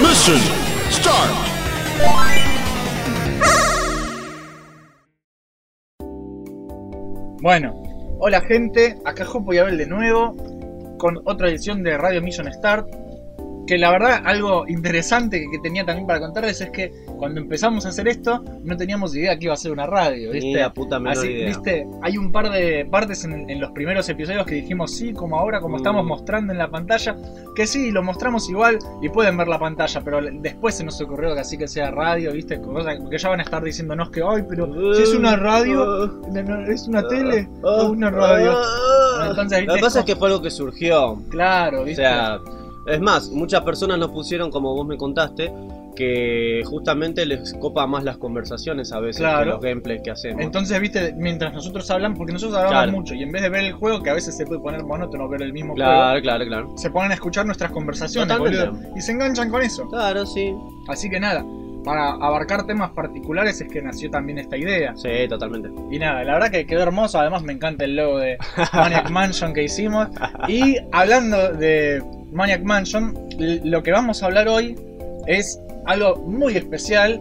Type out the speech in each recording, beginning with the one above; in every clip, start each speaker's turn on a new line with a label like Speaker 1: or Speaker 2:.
Speaker 1: Mission start.
Speaker 2: Bueno, hola gente, acá Jopo y Abel de nuevo con otra edición de Radio Mission Start. Que la verdad, algo interesante que tenía también para contarles es que cuando empezamos a hacer esto, no teníamos idea que iba a ser una radio,
Speaker 3: Ni
Speaker 2: ¿viste?
Speaker 3: la puta menor
Speaker 2: Así,
Speaker 3: idea.
Speaker 2: viste, hay un par de partes en, en los primeros episodios que dijimos sí, como ahora, como
Speaker 3: Mm.
Speaker 2: estamos mostrando en la pantalla, que sí, lo mostramos igual y pueden ver la pantalla, pero le- después se nos ocurrió que así que sea radio, viste, cosa que ya van a estar diciéndonos que, ay, pero si es una radio,
Speaker 3: Ah,
Speaker 2: no, no, es una
Speaker 3: ah,
Speaker 2: tele
Speaker 3: ah,
Speaker 2: o una radio.
Speaker 3: ah.
Speaker 2: Entonces, ahí
Speaker 3: Lo que
Speaker 2: te-
Speaker 3: pasa es que fue algo que surgió.
Speaker 2: Claro,
Speaker 3: O
Speaker 2: ¿viste?
Speaker 3: sea, es más, muchas personas nos pusieron, como vos me contaste, que justamente les copa más las conversaciones a veces
Speaker 2: Claro.
Speaker 3: que los gameplays que hacemos.
Speaker 2: Entonces, viste, mientras nosotros hablamos, porque nosotros hablamos
Speaker 3: Claro.
Speaker 2: mucho, y en vez de ver el juego, que a veces se puede poner monótono ver el mismo juego,
Speaker 3: claro, claro, claro.
Speaker 2: se ponen a escuchar nuestras conversaciones,
Speaker 3: Totalmente.
Speaker 2: boludo, y se enganchan con eso.
Speaker 3: Claro, sí.
Speaker 2: Así que nada, para abarcar temas particulares es que nació también esta idea.
Speaker 3: Sí, totalmente.
Speaker 2: Y nada, la verdad que quedó hermoso, además me encanta el logo de Maniac Mansion que hicimos. Y hablando de Maniac Mansion, l- lo que vamos a hablar hoy es algo muy especial.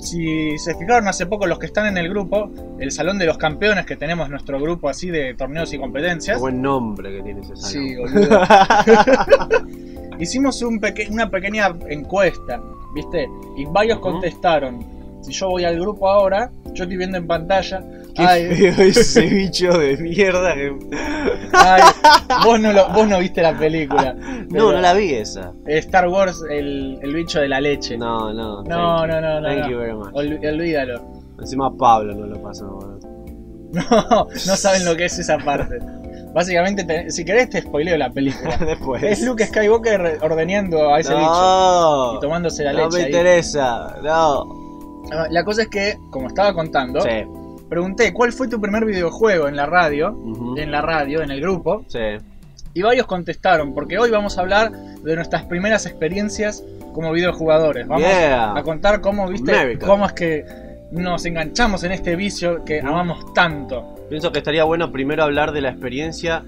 Speaker 2: Si se fijaron hace poco los que están en el grupo, el Salón de los Campeones que tenemos nuestro grupo así de torneos y competencias.
Speaker 3: Buen nombre que tiene ese
Speaker 2: Sí,
Speaker 3: salón.
Speaker 2: boludo. Hicimos un peque- una pequeña encuesta, ¿viste? Y varios
Speaker 3: Ujú.
Speaker 2: contestaron. Si yo voy al grupo ahora, yo estoy viendo en pantalla. Ay,
Speaker 3: ese bicho de mierda que...
Speaker 2: ay, vos, no lo- vos no viste la película.
Speaker 3: No,
Speaker 2: Pero
Speaker 3: no la vi esa.
Speaker 2: Star Wars, el, el bicho de la leche.
Speaker 3: No, no.
Speaker 2: no,
Speaker 3: thank you.
Speaker 2: no, no. no,
Speaker 3: Thank
Speaker 2: no.
Speaker 3: you very much.
Speaker 2: Olvi- olvídalo.
Speaker 3: Encima Pablo no lo pasó. boludo.
Speaker 2: No, no saben lo que es esa parte. Básicamente, te- si querés, te spoileo la película.
Speaker 3: Después.
Speaker 2: Es Luke Skywalker ordeñando a ese bicho
Speaker 3: no,
Speaker 2: y tomándose la
Speaker 3: no
Speaker 2: leche.
Speaker 3: me
Speaker 2: ahí.
Speaker 3: interesa. No.
Speaker 2: Ah, La cosa es que, como estaba contando,
Speaker 3: Sí.
Speaker 2: pregunté cuál fue tu primer videojuego en la radio,
Speaker 3: ujú,
Speaker 2: en la radio, en el grupo,
Speaker 3: Sí.
Speaker 2: y varios contestaron, porque hoy vamos a hablar de nuestras primeras experiencias como videojugadores. Vamos
Speaker 3: Yeah.
Speaker 2: a contar cómo, viste,
Speaker 3: America.
Speaker 2: cómo es que nos enganchamos en este vicio que amamos tanto.
Speaker 3: Pienso que estaría bueno primero hablar de la experiencia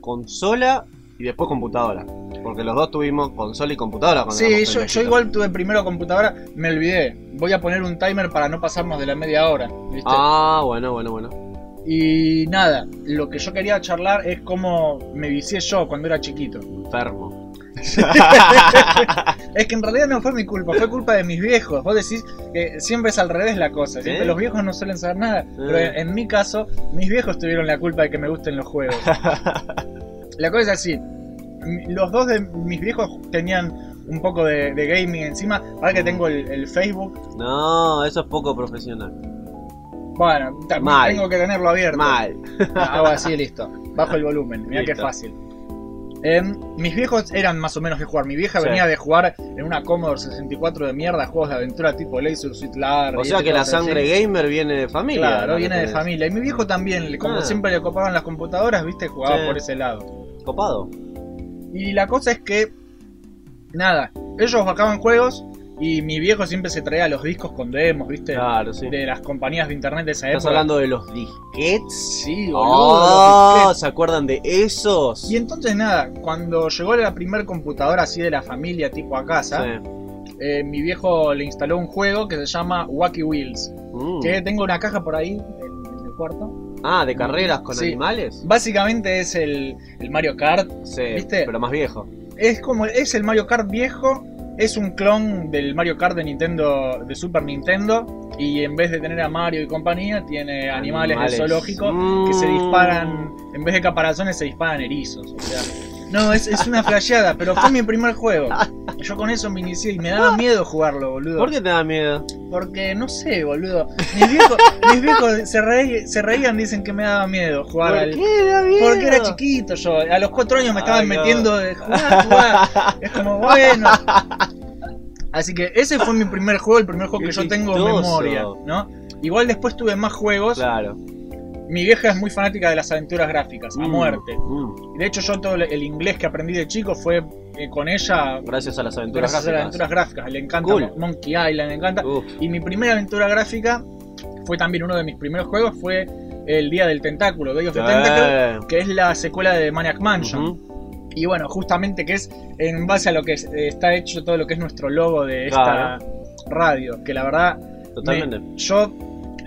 Speaker 3: consola y después computadora. Porque los dos tuvimos consola y computadora cuando
Speaker 2: Sí,
Speaker 3: éramos
Speaker 2: yo, yo
Speaker 3: pendejitos.
Speaker 2: igual tuve primero computadora, me olvidé. Voy a poner un timer para no pasarnos de la media hora, ¿viste?
Speaker 3: Ah, bueno, bueno, bueno.
Speaker 2: Y nada, lo que yo quería charlar es cómo me vicié yo cuando era chiquito.
Speaker 3: Enfermo.
Speaker 2: Es que en realidad no fue mi culpa, fue culpa de mis viejos. Vos decís que siempre es al revés la cosa, siempre
Speaker 3: ¿Eh?
Speaker 2: los viejos no suelen saber nada. Pero
Speaker 3: Eh.
Speaker 2: en mi caso, mis viejos tuvieron la culpa de que me gusten los juegos. la cosa es así, m- los dos de mis viejos tenían un poco de, de gaming encima. Ahora que tengo el, el Facebook,
Speaker 3: No, eso es poco profesional.
Speaker 2: bueno, también
Speaker 3: Mal.
Speaker 2: tengo que tenerlo abierto.
Speaker 3: Mal.
Speaker 2: Hago así, listo. Bajo el volumen, mira qué
Speaker 3: Listo.
Speaker 2: fácil. Em, mis viejos eran más o menos de jugar. Mi vieja
Speaker 3: Sí.
Speaker 2: venía de jugar en una Commodore 64 de mierda, juegos de aventura tipo Laser Suit Larry,
Speaker 3: O sea
Speaker 2: este
Speaker 3: que la
Speaker 2: cosas así.
Speaker 3: sangre gamer viene de familia.
Speaker 2: Claro,
Speaker 3: ¿no?
Speaker 2: viene de
Speaker 3: Tenés.
Speaker 2: familia. Y mi viejo también, como
Speaker 3: Ah.
Speaker 2: siempre le copaban las computadoras, viste, jugaba
Speaker 3: Sí.
Speaker 2: por ese lado.
Speaker 3: Copado.
Speaker 2: Y la cosa es que, nada, ellos bajaban juegos y mi viejo siempre se traía los discos con demos, viste,
Speaker 3: Claro, Ah, sí.
Speaker 2: de las compañías de internet de esa
Speaker 3: Estás
Speaker 2: época.
Speaker 3: hablando de los disquets.
Speaker 2: Sí, boludo, los disquetes.
Speaker 3: Oh, ¿se acuerdan de esos?
Speaker 2: Y entonces nada, cuando llegó la primer computadora así de la familia tipo a casa,
Speaker 3: Sí.
Speaker 2: eh, mi viejo le instaló un juego que se llama Wacky Wheels,
Speaker 3: Mm.
Speaker 2: que tengo una caja por ahí en, en el cuarto.
Speaker 3: Ah, de carreras con
Speaker 2: Sí.
Speaker 3: animales.
Speaker 2: Básicamente es el, el Mario Kart,
Speaker 3: Sí,
Speaker 2: ¿Viste?
Speaker 3: pero más viejo.
Speaker 2: es como es el Mario Kart viejo, es un clon del Mario Kart de Nintendo, de Super Nintendo, y en vez de tener a Mario y compañía, tiene animales, del zoológico que se
Speaker 3: Mm.
Speaker 2: disparan, en vez de caparazones se disparan erizos. O sea, no, es, es una flasheada, pero fue mi primer juego. Yo con eso me inicié y me daba miedo jugarlo, boludo.
Speaker 3: ¿Por qué te da miedo?
Speaker 2: Porque no sé, boludo. Mis viejos, mis viejos se, reí- se reían, dicen que me daba miedo jugar
Speaker 3: ¿Por
Speaker 2: al.
Speaker 3: qué te da miedo?
Speaker 2: Porque era chiquito yo. A los cuatro años me estaban
Speaker 3: Ay, no.
Speaker 2: metiendo de jugar, jugar. Es como, bueno. Así que ese fue mi primer juego, el primer juego
Speaker 3: Qué
Speaker 2: que yo tengo
Speaker 3: chistoso.
Speaker 2: memoria, ¿no? Igual después tuve más juegos.
Speaker 3: Claro.
Speaker 2: Mi vieja es muy fanática de las aventuras gráficas, a
Speaker 3: Mm,
Speaker 2: muerte.
Speaker 3: mm.
Speaker 2: De hecho, yo todo el inglés que aprendí de chico fue eh, con ella
Speaker 3: Gracias a las aventuras
Speaker 2: gracias a las aventuras
Speaker 3: gráficas.
Speaker 2: gráficas. Le encanta
Speaker 3: Cool.
Speaker 2: Monkey Island, le encanta.
Speaker 3: Uf,
Speaker 2: Y mi primera aventura gráfica fue también uno de mis primeros juegos, fue El Día del Tentáculo, Day of the Tentacle,
Speaker 3: eh,
Speaker 2: que es la secuela de Maniac Mansion.
Speaker 3: ujú.
Speaker 2: Y bueno, justamente que es en base a lo que es- eh, está hecho todo lo que es nuestro logo de esta
Speaker 3: Claro.
Speaker 2: radio, que la verdad
Speaker 3: Totalmente.
Speaker 2: me- yo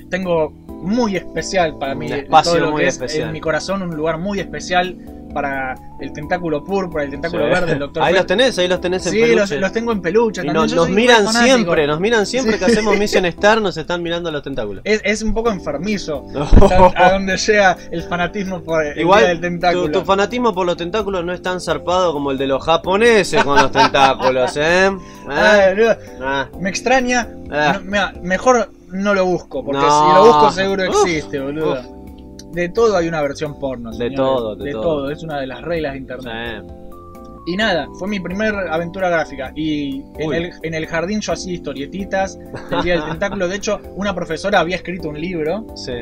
Speaker 2: tengo muy especial para mí
Speaker 3: Un espacio
Speaker 2: todo lo
Speaker 3: muy
Speaker 2: que es
Speaker 3: especial.
Speaker 2: en mi corazón un lugar muy especial para el tentáculo púrpura, el tentáculo
Speaker 3: Sí.
Speaker 2: verde, el doctor
Speaker 3: Ahí los tenés, ahí los tenés en
Speaker 2: Sí,
Speaker 3: peluche.
Speaker 2: los, los tengo en peluche.
Speaker 3: Y
Speaker 2: también.
Speaker 3: nos,
Speaker 2: Yo
Speaker 3: nos
Speaker 2: soy
Speaker 3: miran
Speaker 2: re fanático.
Speaker 3: siempre, nos miran siempre
Speaker 2: Sí.
Speaker 3: que hacemos Mission Star, nos están mirando los tentáculos.
Speaker 2: Es, es un poco enfermizo a, a donde llega el fanatismo por el día
Speaker 3: Igual,
Speaker 2: del
Speaker 3: tu,
Speaker 2: tentáculo.
Speaker 3: tu fanatismo por los tentáculos no es tan zarpado como el de los japoneses con los tentáculos, ¿eh?
Speaker 2: Ay,
Speaker 3: ¿Eh?
Speaker 2: boludo,
Speaker 3: Ah,
Speaker 2: me extraña.
Speaker 3: Ah.
Speaker 2: No, mirá, mejor no lo busco, porque
Speaker 3: No.
Speaker 2: si lo busco seguro
Speaker 3: Uf,
Speaker 2: existe, boludo. De todo hay una versión porno.
Speaker 3: De
Speaker 2: señores.
Speaker 3: todo, de
Speaker 2: de
Speaker 3: todo.
Speaker 2: todo. Es una de las reglas de internet.
Speaker 3: eh.
Speaker 2: Y nada, fue mi primer aventura gráfica. Y en
Speaker 3: Uy.
Speaker 2: el, en el jardín yo hacía historietitas del Día del Tentáculo. De hecho, una profesora había escrito un libro
Speaker 3: Sí,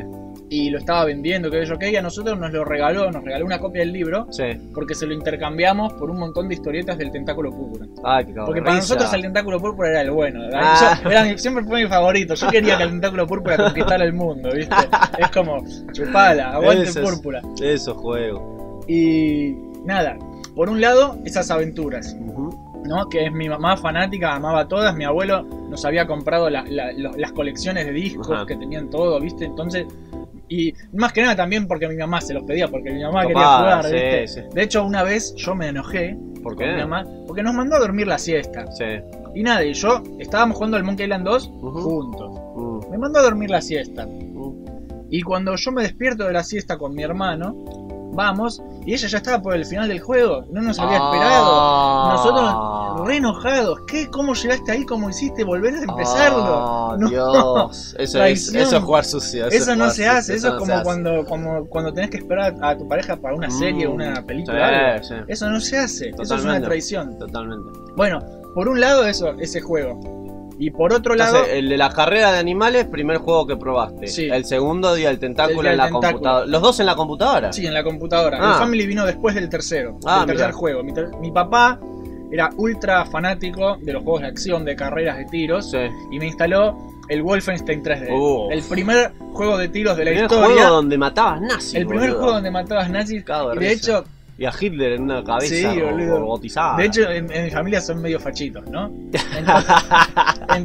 Speaker 2: y lo estaba vendiendo, que yo que y a nosotros nos lo regaló, nos regaló una copia del libro
Speaker 3: sí.
Speaker 2: porque se lo intercambiamos por un montón de historietas del Tentáculo Púrpura.
Speaker 3: Ay, qué cabrón.
Speaker 2: Porque para
Speaker 3: Risa.
Speaker 2: nosotros el Tentáculo Púrpura era el bueno. ¿verdad?
Speaker 3: Ah.
Speaker 2: Yo- eran- siempre fue mi favorito. Yo quería que el Tentáculo Púrpura conquistara el mundo, ¿viste? Es como, chupala, aguante
Speaker 3: Eso es.
Speaker 2: Púrpura.
Speaker 3: Esos juegos.
Speaker 2: Y nada, por un lado, esas aventuras.
Speaker 3: Ujú.
Speaker 2: ¿no? Que es mi mamá fanática, amaba todas. Mi abuelo nos había comprado la- la- lo- las colecciones de discos
Speaker 3: Ajá.
Speaker 2: que tenían todo, ¿viste? Entonces, y más que nada también porque mi mamá se los pedía, porque mi mamá quería
Speaker 3: Papá,
Speaker 2: jugar,
Speaker 3: sí,
Speaker 2: ¿viste?
Speaker 3: sí.
Speaker 2: De hecho, una vez yo me enojé
Speaker 3: ¿Por
Speaker 2: con mi
Speaker 3: qué?
Speaker 2: mamá porque nos mandó a dormir la siesta.
Speaker 3: Sí.
Speaker 2: Y nada, y yo estábamos jugando al Monkey Island 2
Speaker 3: Ujú.
Speaker 2: juntos.
Speaker 3: Mm,
Speaker 2: Me mandó a dormir la siesta.
Speaker 3: mm.
Speaker 2: Y cuando yo me despierto de la siesta con mi hermano, vamos, y ella ya estaba por el final del juego, no nos había esperado.
Speaker 3: Ah.
Speaker 2: Nosotros re enojados. ¿Qué? ¿Cómo llegaste ahí? ¿Cómo hiciste? ¿Volver a empezarlo?
Speaker 3: Ah,
Speaker 2: No.
Speaker 3: Dios. Eso es,
Speaker 2: Traición.
Speaker 3: eso es jugar sucio.
Speaker 2: Eso,
Speaker 3: es
Speaker 2: no
Speaker 3: jugar
Speaker 2: se
Speaker 3: sucio,
Speaker 2: hace. Eso es
Speaker 3: no
Speaker 2: como
Speaker 3: se hace.
Speaker 2: cuando, como cuando tenés que esperar a tu pareja para una serie,
Speaker 3: Mm,
Speaker 2: una película. o algo.
Speaker 3: Sí, sí,
Speaker 2: Eso no se hace. Eso es una
Speaker 3: Totalmente.
Speaker 2: traición.
Speaker 3: totalmente.
Speaker 2: Bueno, por un lado eso, ese juego. Y por otro lado,
Speaker 3: Entonces, el de la carrera de animales, primer juego que probaste.
Speaker 2: Sí.
Speaker 3: El segundo día del tentáculo
Speaker 2: El día
Speaker 3: en
Speaker 2: del
Speaker 3: la
Speaker 2: tentáculo.
Speaker 3: computadora. Los dos en la computadora.
Speaker 2: sí, en la computadora.
Speaker 3: Ah.
Speaker 2: El Family vino después del tercero,
Speaker 3: Ah,
Speaker 2: del tercer
Speaker 3: mirá.
Speaker 2: juego. Mi, ter- mi papá era ultra fanático de los juegos de acción, de carreras, de tiros.
Speaker 3: Sí.
Speaker 2: y me instaló el Wolfenstein 3D.
Speaker 3: Uf.
Speaker 2: El primer juego de tiros de la
Speaker 3: primer
Speaker 2: historia.
Speaker 3: juego donde matabas nazis.
Speaker 2: el primer
Speaker 3: boludo.
Speaker 2: juego donde matabas nazis.
Speaker 3: Cago de
Speaker 2: Y de
Speaker 3: risa.
Speaker 2: hecho,
Speaker 3: Y a Hitler en una
Speaker 2: Sí,
Speaker 3: cabeza ro-
Speaker 2: boludo.
Speaker 3: robotizada.
Speaker 2: de hecho en, en mi familia son medio fachitos, ¿no? Entonces,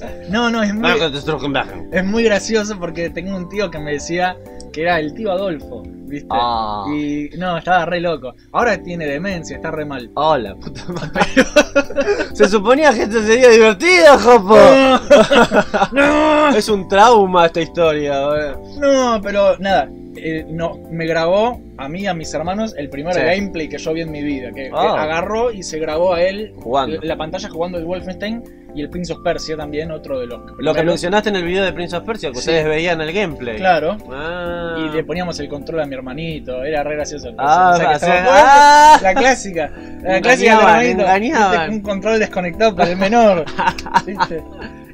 Speaker 2: entonces, no, no, es muy,
Speaker 3: Marco de Strokenberg.
Speaker 2: es muy gracioso porque tengo un tío que me decía que era el tío Adolfo, ¿viste?
Speaker 3: Ah.
Speaker 2: Y no, estaba re loco. Ahora tiene demencia, está re mal.
Speaker 3: Hola, Oh, puta madre. Se suponía que esto sería divertido, Jopo.
Speaker 2: ¡No!
Speaker 3: es un trauma esta historia, eh. boludo.
Speaker 2: No, pero nada. eh, no, me grabó a mí y a mis hermanos el primer
Speaker 3: Sí.
Speaker 2: gameplay que yo vi en mi vida. Que, que
Speaker 3: Ah.
Speaker 2: agarró y se grabó a él
Speaker 3: Jugando.
Speaker 2: la, la pantalla jugando el Wolfenstein y el Prince of Persia también, otro de los.
Speaker 3: Lo que
Speaker 2: primeros.
Speaker 3: mencionaste en el video de Prince of Persia, que
Speaker 2: Sí.
Speaker 3: ustedes veían el gameplay.
Speaker 2: Claro.
Speaker 3: Ah.
Speaker 2: Y le poníamos el control a mi hermanito, era re gracioso.
Speaker 3: Ah,
Speaker 2: O sea, que
Speaker 3: o sea,
Speaker 2: estaba jugando,
Speaker 3: ah.
Speaker 2: La clásica, la
Speaker 3: Engañaban,
Speaker 2: clásica del hermanito.
Speaker 3: engañaban.
Speaker 2: ¿viste? Un control desconectado para el menor. ¿viste?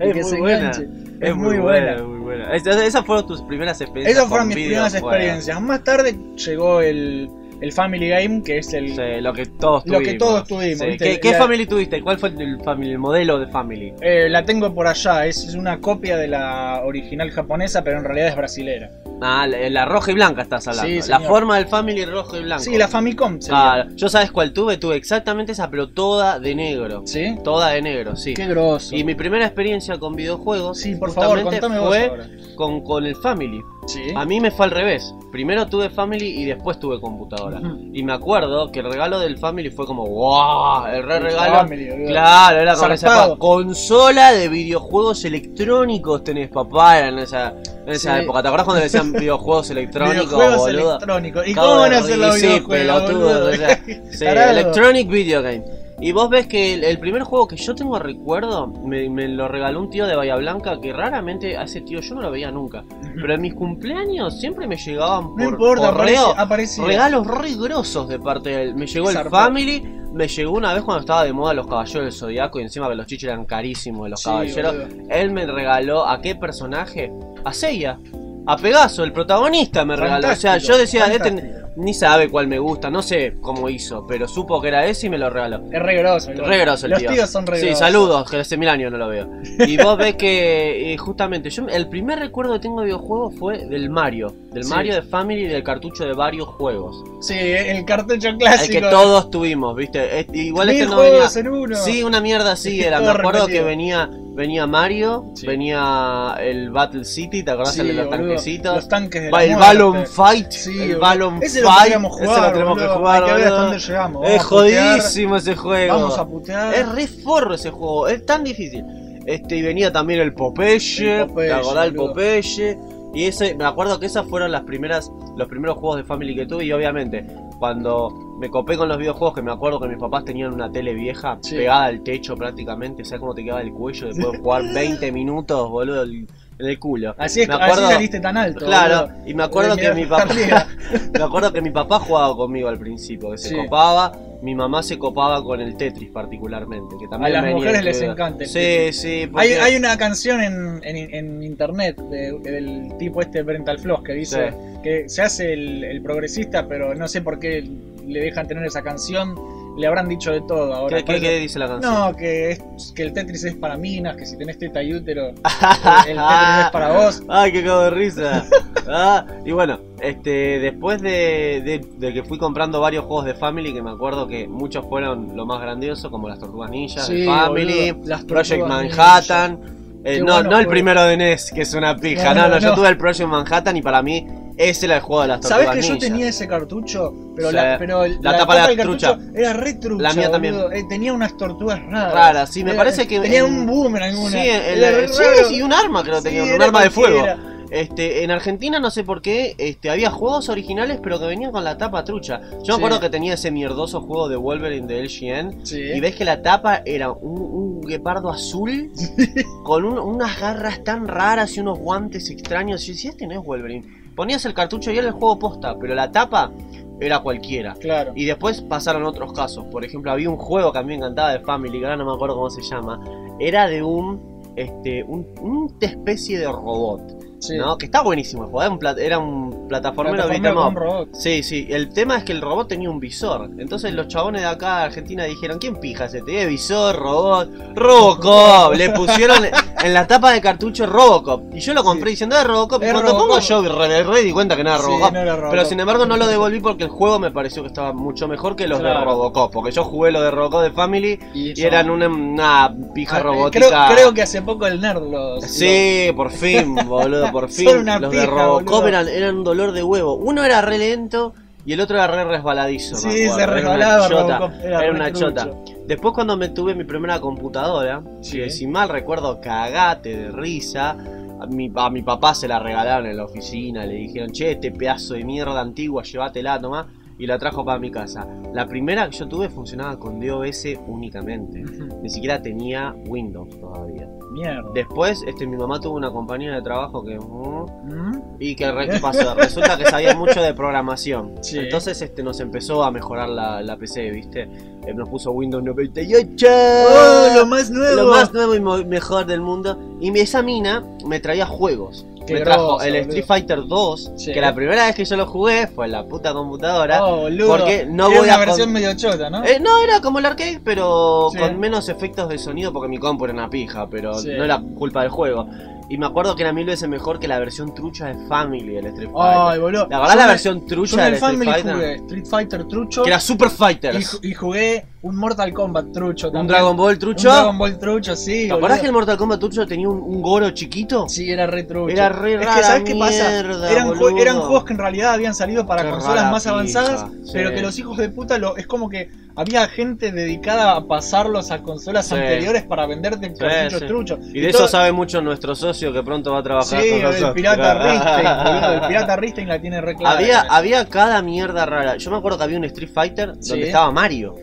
Speaker 2: Y
Speaker 3: Es
Speaker 2: que
Speaker 3: muy
Speaker 2: se
Speaker 3: buena.
Speaker 2: enganche. Es, muy buena.
Speaker 3: muy buena. Es- es- esas fueron tus primeras experiencias.
Speaker 2: Esas
Speaker 3: con
Speaker 2: fueron mis primeras
Speaker 3: videojuegos.
Speaker 2: experiencias. Más tarde llegó el, el Family Game, que es el,
Speaker 3: Sí, lo que todos
Speaker 2: Lo
Speaker 3: tuvimos.
Speaker 2: que todos tuvimos,
Speaker 3: Sí.
Speaker 2: ¿viste?
Speaker 3: ¿Qué, qué
Speaker 2: La-
Speaker 3: family tuviste? ¿Cuál fue el, family, el modelo de family?
Speaker 2: Eh, la tengo por allá, es, es una copia de la original japonesa, pero en realidad es brasilera.
Speaker 3: Ah, la, la roja y blanca estás hablando.
Speaker 2: Sí,
Speaker 3: la
Speaker 2: señor.
Speaker 3: forma del family rojo y blanco.
Speaker 2: Sí, la Famicom sería.
Speaker 3: Ah, yo sabes cuál tuve, tuve exactamente esa, pero toda de negro.
Speaker 2: ¿Sí?
Speaker 3: Toda de negro, sí.
Speaker 2: Qué grosso.
Speaker 3: Y mi primera experiencia con videojuegos
Speaker 2: Sí, por favor,
Speaker 3: justamente
Speaker 2: contame vos
Speaker 3: fue
Speaker 2: ahora.
Speaker 3: con, con el family.
Speaker 2: Sí.
Speaker 3: A mí me fue al revés. Primero tuve Family y después tuve computadora.
Speaker 2: Ujú.
Speaker 3: Y me acuerdo que el regalo del Family fue como ¡Wow! El re regalo.
Speaker 2: Family, boludo.
Speaker 3: claro, era como esa
Speaker 2: Zarpado.
Speaker 3: época, consola de videojuegos electrónicos tenés, papá, era en esa, en esa
Speaker 2: Sí.
Speaker 3: época. ¿Te acuerdas cuando le decían videojuegos electrónicos,
Speaker 2: Videojuegos
Speaker 3: boludo?
Speaker 2: electrónicos. ¿Y
Speaker 3: Cago
Speaker 2: cómo
Speaker 3: de
Speaker 2: van a hacer los
Speaker 3: risa, sí,
Speaker 2: videojuegos,
Speaker 3: pelotudo,
Speaker 2: boludo?
Speaker 3: o sea, sí,
Speaker 2: Tarado.
Speaker 3: Electronic Video Game. Y vos ves que el, el primer juego que yo tengo recuerdo me, me lo regaló un tío de Bahía Blanca que raramente a ese tío yo no lo veía nunca. Pero en mis cumpleaños siempre me llegaban por
Speaker 2: No importa, aparece,
Speaker 3: correo
Speaker 2: aparece.
Speaker 3: regalos re grosos de parte de él. Me llegó el
Speaker 2: Zarpado.
Speaker 3: Family, me llegó una vez cuando estaba de moda los caballeros del Zodiaco y encima que los chiches eran carísimos de los
Speaker 2: Sí,
Speaker 3: caballeros.
Speaker 2: boludo.
Speaker 3: Él me regaló a qué personaje? A Seiya. a Pegaso, el protagonista me regaló. O sea,
Speaker 2: Fantástico,
Speaker 3: yo decía, este
Speaker 2: fantástico.
Speaker 3: ni sabe cuál me gusta, no sé cómo hizo, pero supo que era ese y me lo regaló.
Speaker 2: Es re groso. igual.
Speaker 3: Re groso el
Speaker 2: Los
Speaker 3: tío.
Speaker 2: tíos son re
Speaker 3: Sí,
Speaker 2: grosos.
Speaker 3: saludos, que hace mil años no lo veo. Y vos ves que, eh, justamente, yo el primer recuerdo que tengo de videojuegos fue del Mario. Del
Speaker 2: Sí.
Speaker 3: Mario de Family y del cartucho de varios juegos.
Speaker 2: Sí, el cartucho
Speaker 3: El
Speaker 2: clásico.
Speaker 3: que todos tuvimos, ¿viste? Eh, Igual
Speaker 2: Ah, Mil
Speaker 3: este no venía.
Speaker 2: juegos en uno.
Speaker 3: Sí, una mierda así
Speaker 2: Es
Speaker 3: era. Me
Speaker 2: todo
Speaker 3: acuerdo
Speaker 2: repetido.
Speaker 3: que venía venía Mario,
Speaker 2: Sí.
Speaker 3: venía el Battle City, ¿te acordás
Speaker 2: Sí,
Speaker 3: el de los
Speaker 2: boludo.
Speaker 3: tanquecitos?
Speaker 2: Los tanques de
Speaker 3: Va,
Speaker 2: la
Speaker 3: el
Speaker 2: muerte.
Speaker 3: Balloon Fight,
Speaker 2: Sí,
Speaker 3: el
Speaker 2: boludo.
Speaker 3: Balloon
Speaker 2: Ese
Speaker 3: Fight,
Speaker 2: lo queríamos jugar,
Speaker 3: ese lo tenemos que
Speaker 2: boludo.
Speaker 3: jugar.
Speaker 2: Hay que ver hasta
Speaker 3: boludo.
Speaker 2: dónde llegamos.
Speaker 3: Es
Speaker 2: Vamos a putear,
Speaker 3: jodidísimo ese juego.
Speaker 2: Vamos a putear.
Speaker 3: Es re forro ese juego, es tan difícil. Este, y venía también el Popeye,
Speaker 2: El Popeye,
Speaker 3: ¿te acordás del
Speaker 2: boludo.
Speaker 3: Popeye? Y ese, me acuerdo que esas fueron las primeras, los primeros juegos de Family que tuve y obviamente cuando me copé con los videojuegos, que me acuerdo que mis papás tenían una tele vieja
Speaker 2: Sí.
Speaker 3: pegada al techo prácticamente, ¿sabes cómo te quedaba el cuello después de jugar 20 minutos, boludo, el- en el culo?
Speaker 2: Así es,
Speaker 3: me acuerdo-
Speaker 2: así saliste tan alto.
Speaker 3: Claro,
Speaker 2: boludo.
Speaker 3: y me acuerdo
Speaker 2: De
Speaker 3: que
Speaker 2: mirar
Speaker 3: mi
Speaker 2: para
Speaker 3: papá
Speaker 2: arriba.
Speaker 3: me acuerdo que mi papá jugaba conmigo al principio, que se
Speaker 2: Sí.
Speaker 3: copaba, mi mamá se copaba con el Tetris particularmente, que también
Speaker 2: A las
Speaker 3: venía
Speaker 2: mujeres les
Speaker 3: incluido.
Speaker 2: encanta el
Speaker 3: Sí,
Speaker 2: Tetris.
Speaker 3: sí,
Speaker 2: Hay,
Speaker 3: porque-
Speaker 2: hay una canción en, en, en internet de- del tipo este Brental Floss que dice que se hace el, el progresista, pero no sé por qué le dejan tener esa canción. Le habrán dicho de todo ahora.
Speaker 3: ¿Qué, qué- qué dice la canción?
Speaker 2: No, que, es- que el Tetris es para minas, que si tenés teta y útero, el Tetris es para vos.
Speaker 3: Ay, qué cago de risa. Ah, y bueno, este, después de, de- de que fui comprando varios juegos de Family, que me acuerdo que muchos fueron lo más grandioso, como las Tortugas Ninjas, de Family,
Speaker 2: boludo, las
Speaker 3: Project
Speaker 2: tortugas
Speaker 3: Manhattan. eh,
Speaker 2: Qué
Speaker 3: no,
Speaker 2: bueno
Speaker 3: no el
Speaker 2: juego.
Speaker 3: primero de NES, que es una pija. No,
Speaker 2: No,
Speaker 3: no,
Speaker 2: no,
Speaker 3: yo
Speaker 2: no.
Speaker 3: tuve el Project Manhattan y para mí ese era el juego de las tortugas
Speaker 2: ¿Sabés que yo
Speaker 3: ninja.
Speaker 2: tenía ese cartucho? Pero
Speaker 3: Sí.
Speaker 2: la, pero el-
Speaker 3: La tapa era
Speaker 2: del cartucho
Speaker 3: trucha.
Speaker 2: Era re trucha.
Speaker 3: La mía también.
Speaker 2: boludo. Eh, tenía unas tortugas raras.
Speaker 3: Rara, sí, me
Speaker 2: Era-
Speaker 3: parece que
Speaker 2: Eh, Tenía
Speaker 3: en-
Speaker 2: un boom en alguna.
Speaker 3: Sí, en
Speaker 2: Era
Speaker 3: la-
Speaker 2: re
Speaker 3: sí,
Speaker 2: raro.
Speaker 3: sí, y un arma creo que
Speaker 2: Sí,
Speaker 3: tenía, un
Speaker 2: era
Speaker 3: arma de fuego.
Speaker 2: cualquiera.
Speaker 3: Este, en Argentina no sé por qué, este, había juegos originales pero que venían con la tapa trucha. Yo me
Speaker 2: Sí.
Speaker 3: acuerdo que tenía ese mierdoso juego de Wolverine de LGN
Speaker 2: Sí.
Speaker 3: y ves que la tapa era un, un guepardo azul con un- unas garras tan raras y unos guantes extraños. Yo decía, este no es Wolverine. Ponías el cartucho y era el juego posta, pero la tapa era cualquiera.
Speaker 2: Claro.
Speaker 3: Y después pasaron otros casos. Por ejemplo, había un juego que a mí me encantaba de Family, que ahora no me acuerdo cómo se llama. Era de un. Este, un, un- esta especie de robot,
Speaker 2: sí.
Speaker 3: ¿no? Que está buenísimo el juego, era un, plat- era un plataformero beat 'em
Speaker 2: Plataforma con
Speaker 3: up.
Speaker 2: robot.
Speaker 3: Sí, sí, el tema es que el robot tenía un visor. Entonces los chabones de acá de Argentina dijeron: ¿Quién pija se te visor, robot? Robocop. Le pusieron en la tapa de cartucho Robocop. Y yo lo compré
Speaker 2: Sí.
Speaker 3: diciendo: Es Robocop. Y
Speaker 2: Es
Speaker 3: cuando pongo
Speaker 2: Robocop.
Speaker 3: yo re, re di cuenta que no era
Speaker 2: Sí,
Speaker 3: Robocop.
Speaker 2: no era
Speaker 3: Pero
Speaker 2: Robocop.
Speaker 3: sin embargo no lo devolví porque el juego me pareció que estaba mucho mejor que los de
Speaker 2: Claro.
Speaker 3: Robocop. Porque yo jugué lo de Robocop de Family y,
Speaker 2: yo-
Speaker 3: eran una, una pija
Speaker 2: Ah, eh,
Speaker 3: robótica.
Speaker 2: Creo, creo que hace poco el nerd lo.
Speaker 3: Sí, por fin, boludo, por
Speaker 2: Son
Speaker 3: fin.
Speaker 2: una
Speaker 3: Los de
Speaker 2: pija,
Speaker 3: Robocop
Speaker 2: boludo.
Speaker 3: eran, eran un dolor de huevo. Uno era re lento y el otro era re resbaladizo.
Speaker 2: lo-
Speaker 3: me
Speaker 2: Sí,
Speaker 3: acuerdo.
Speaker 2: se
Speaker 3: Era una
Speaker 2: resbalaba.
Speaker 3: chota.
Speaker 2: Robocop,
Speaker 3: Era
Speaker 2: re
Speaker 3: una
Speaker 2: trucho.
Speaker 3: chota. Después cuando me tuve mi primera computadora,
Speaker 2: Sí.
Speaker 3: que si mal recuerdo cagate de risa, a mi, a mi papá se la regalaron en la oficina, le dijeron, che, este pedazo de mierda antigua, llévatela, toma, y la trajo para mi casa. La primera que yo tuve funcionaba con DOS únicamente, ni siquiera tenía Windows todavía.
Speaker 2: Mierda.
Speaker 3: Después, este, mi mamá tuvo una compañera de trabajo que... mm,
Speaker 2: ¿Mm?
Speaker 3: y que re- ¿qué pasó? resulta que sabía mucho de programación.
Speaker 2: Sí.
Speaker 3: Entonces este nos empezó a mejorar la, la PC, ¿viste? Eh, nos puso Windows 98.
Speaker 2: ¡Oh, lo más nuevo!
Speaker 3: Lo más nuevo y mo- mejor del mundo. Y mi- esa mina me traía juegos.
Speaker 2: Qué
Speaker 3: me trajo
Speaker 2: groso,
Speaker 3: el
Speaker 2: boludo.
Speaker 3: Street Fighter 2,
Speaker 2: Sí.
Speaker 3: que la primera vez que yo lo jugué fue en la puta computadora.
Speaker 2: Oh, boludo.
Speaker 3: porque no
Speaker 2: Era
Speaker 3: voy
Speaker 2: una
Speaker 3: a con-
Speaker 2: versión medio chota, ¿no?
Speaker 3: Eh, no, era como el arcade, pero
Speaker 2: Sí.
Speaker 3: con menos efectos de sonido porque mi compu era una pija, pero
Speaker 2: Sí.
Speaker 3: no era culpa del juego. Y me acuerdo que era mil veces mejor que la versión trucha de Family del Street Fighter.
Speaker 2: Ay, boludo.
Speaker 3: ¿Te acordás la
Speaker 2: Yo me-
Speaker 3: versión
Speaker 2: Yo
Speaker 3: trucha
Speaker 2: en
Speaker 3: del
Speaker 2: el Family
Speaker 3: Street Fighter?
Speaker 2: jugué Street Fighter trucho
Speaker 3: Que era Super Fighter.
Speaker 2: y, ju- y jugué un Mortal Kombat trucho también.
Speaker 3: Un Dragon Ball
Speaker 2: Un
Speaker 3: trucho.
Speaker 2: Dragon Ball trucho, sí.
Speaker 3: ¿Te acordás que el
Speaker 2: boludo.
Speaker 3: Mortal Kombat trucho tenía un, un goro chiquito?
Speaker 2: Sí, era re trucho.
Speaker 3: Era re
Speaker 2: Es
Speaker 3: rara
Speaker 2: que, ¿sabes qué pasa?
Speaker 3: mierda,
Speaker 2: Eran, jue-
Speaker 3: boludo.
Speaker 2: eran juegos que en realidad habían salido para
Speaker 3: Qué
Speaker 2: consolas
Speaker 3: rara
Speaker 2: más
Speaker 3: pija,
Speaker 2: avanzadas,
Speaker 3: sí.
Speaker 2: pero que los hijos de puta lo, es como que había gente dedicada a pasarlos a consolas
Speaker 3: Sí.
Speaker 2: anteriores para venderte cartuchos
Speaker 3: sí.
Speaker 2: truchos.
Speaker 3: Y de
Speaker 2: todo-
Speaker 3: eso sabe mucho nuestro socio que pronto va a trabajar
Speaker 2: Sí,
Speaker 3: con nosotros.
Speaker 2: el pirata Ristein, boludo, el pirata Ristein la tiene re clara.
Speaker 3: Había, ah, había cada mierda rara. Yo me acuerdo que había un Street Fighter
Speaker 2: Sí.
Speaker 3: donde estaba Mario.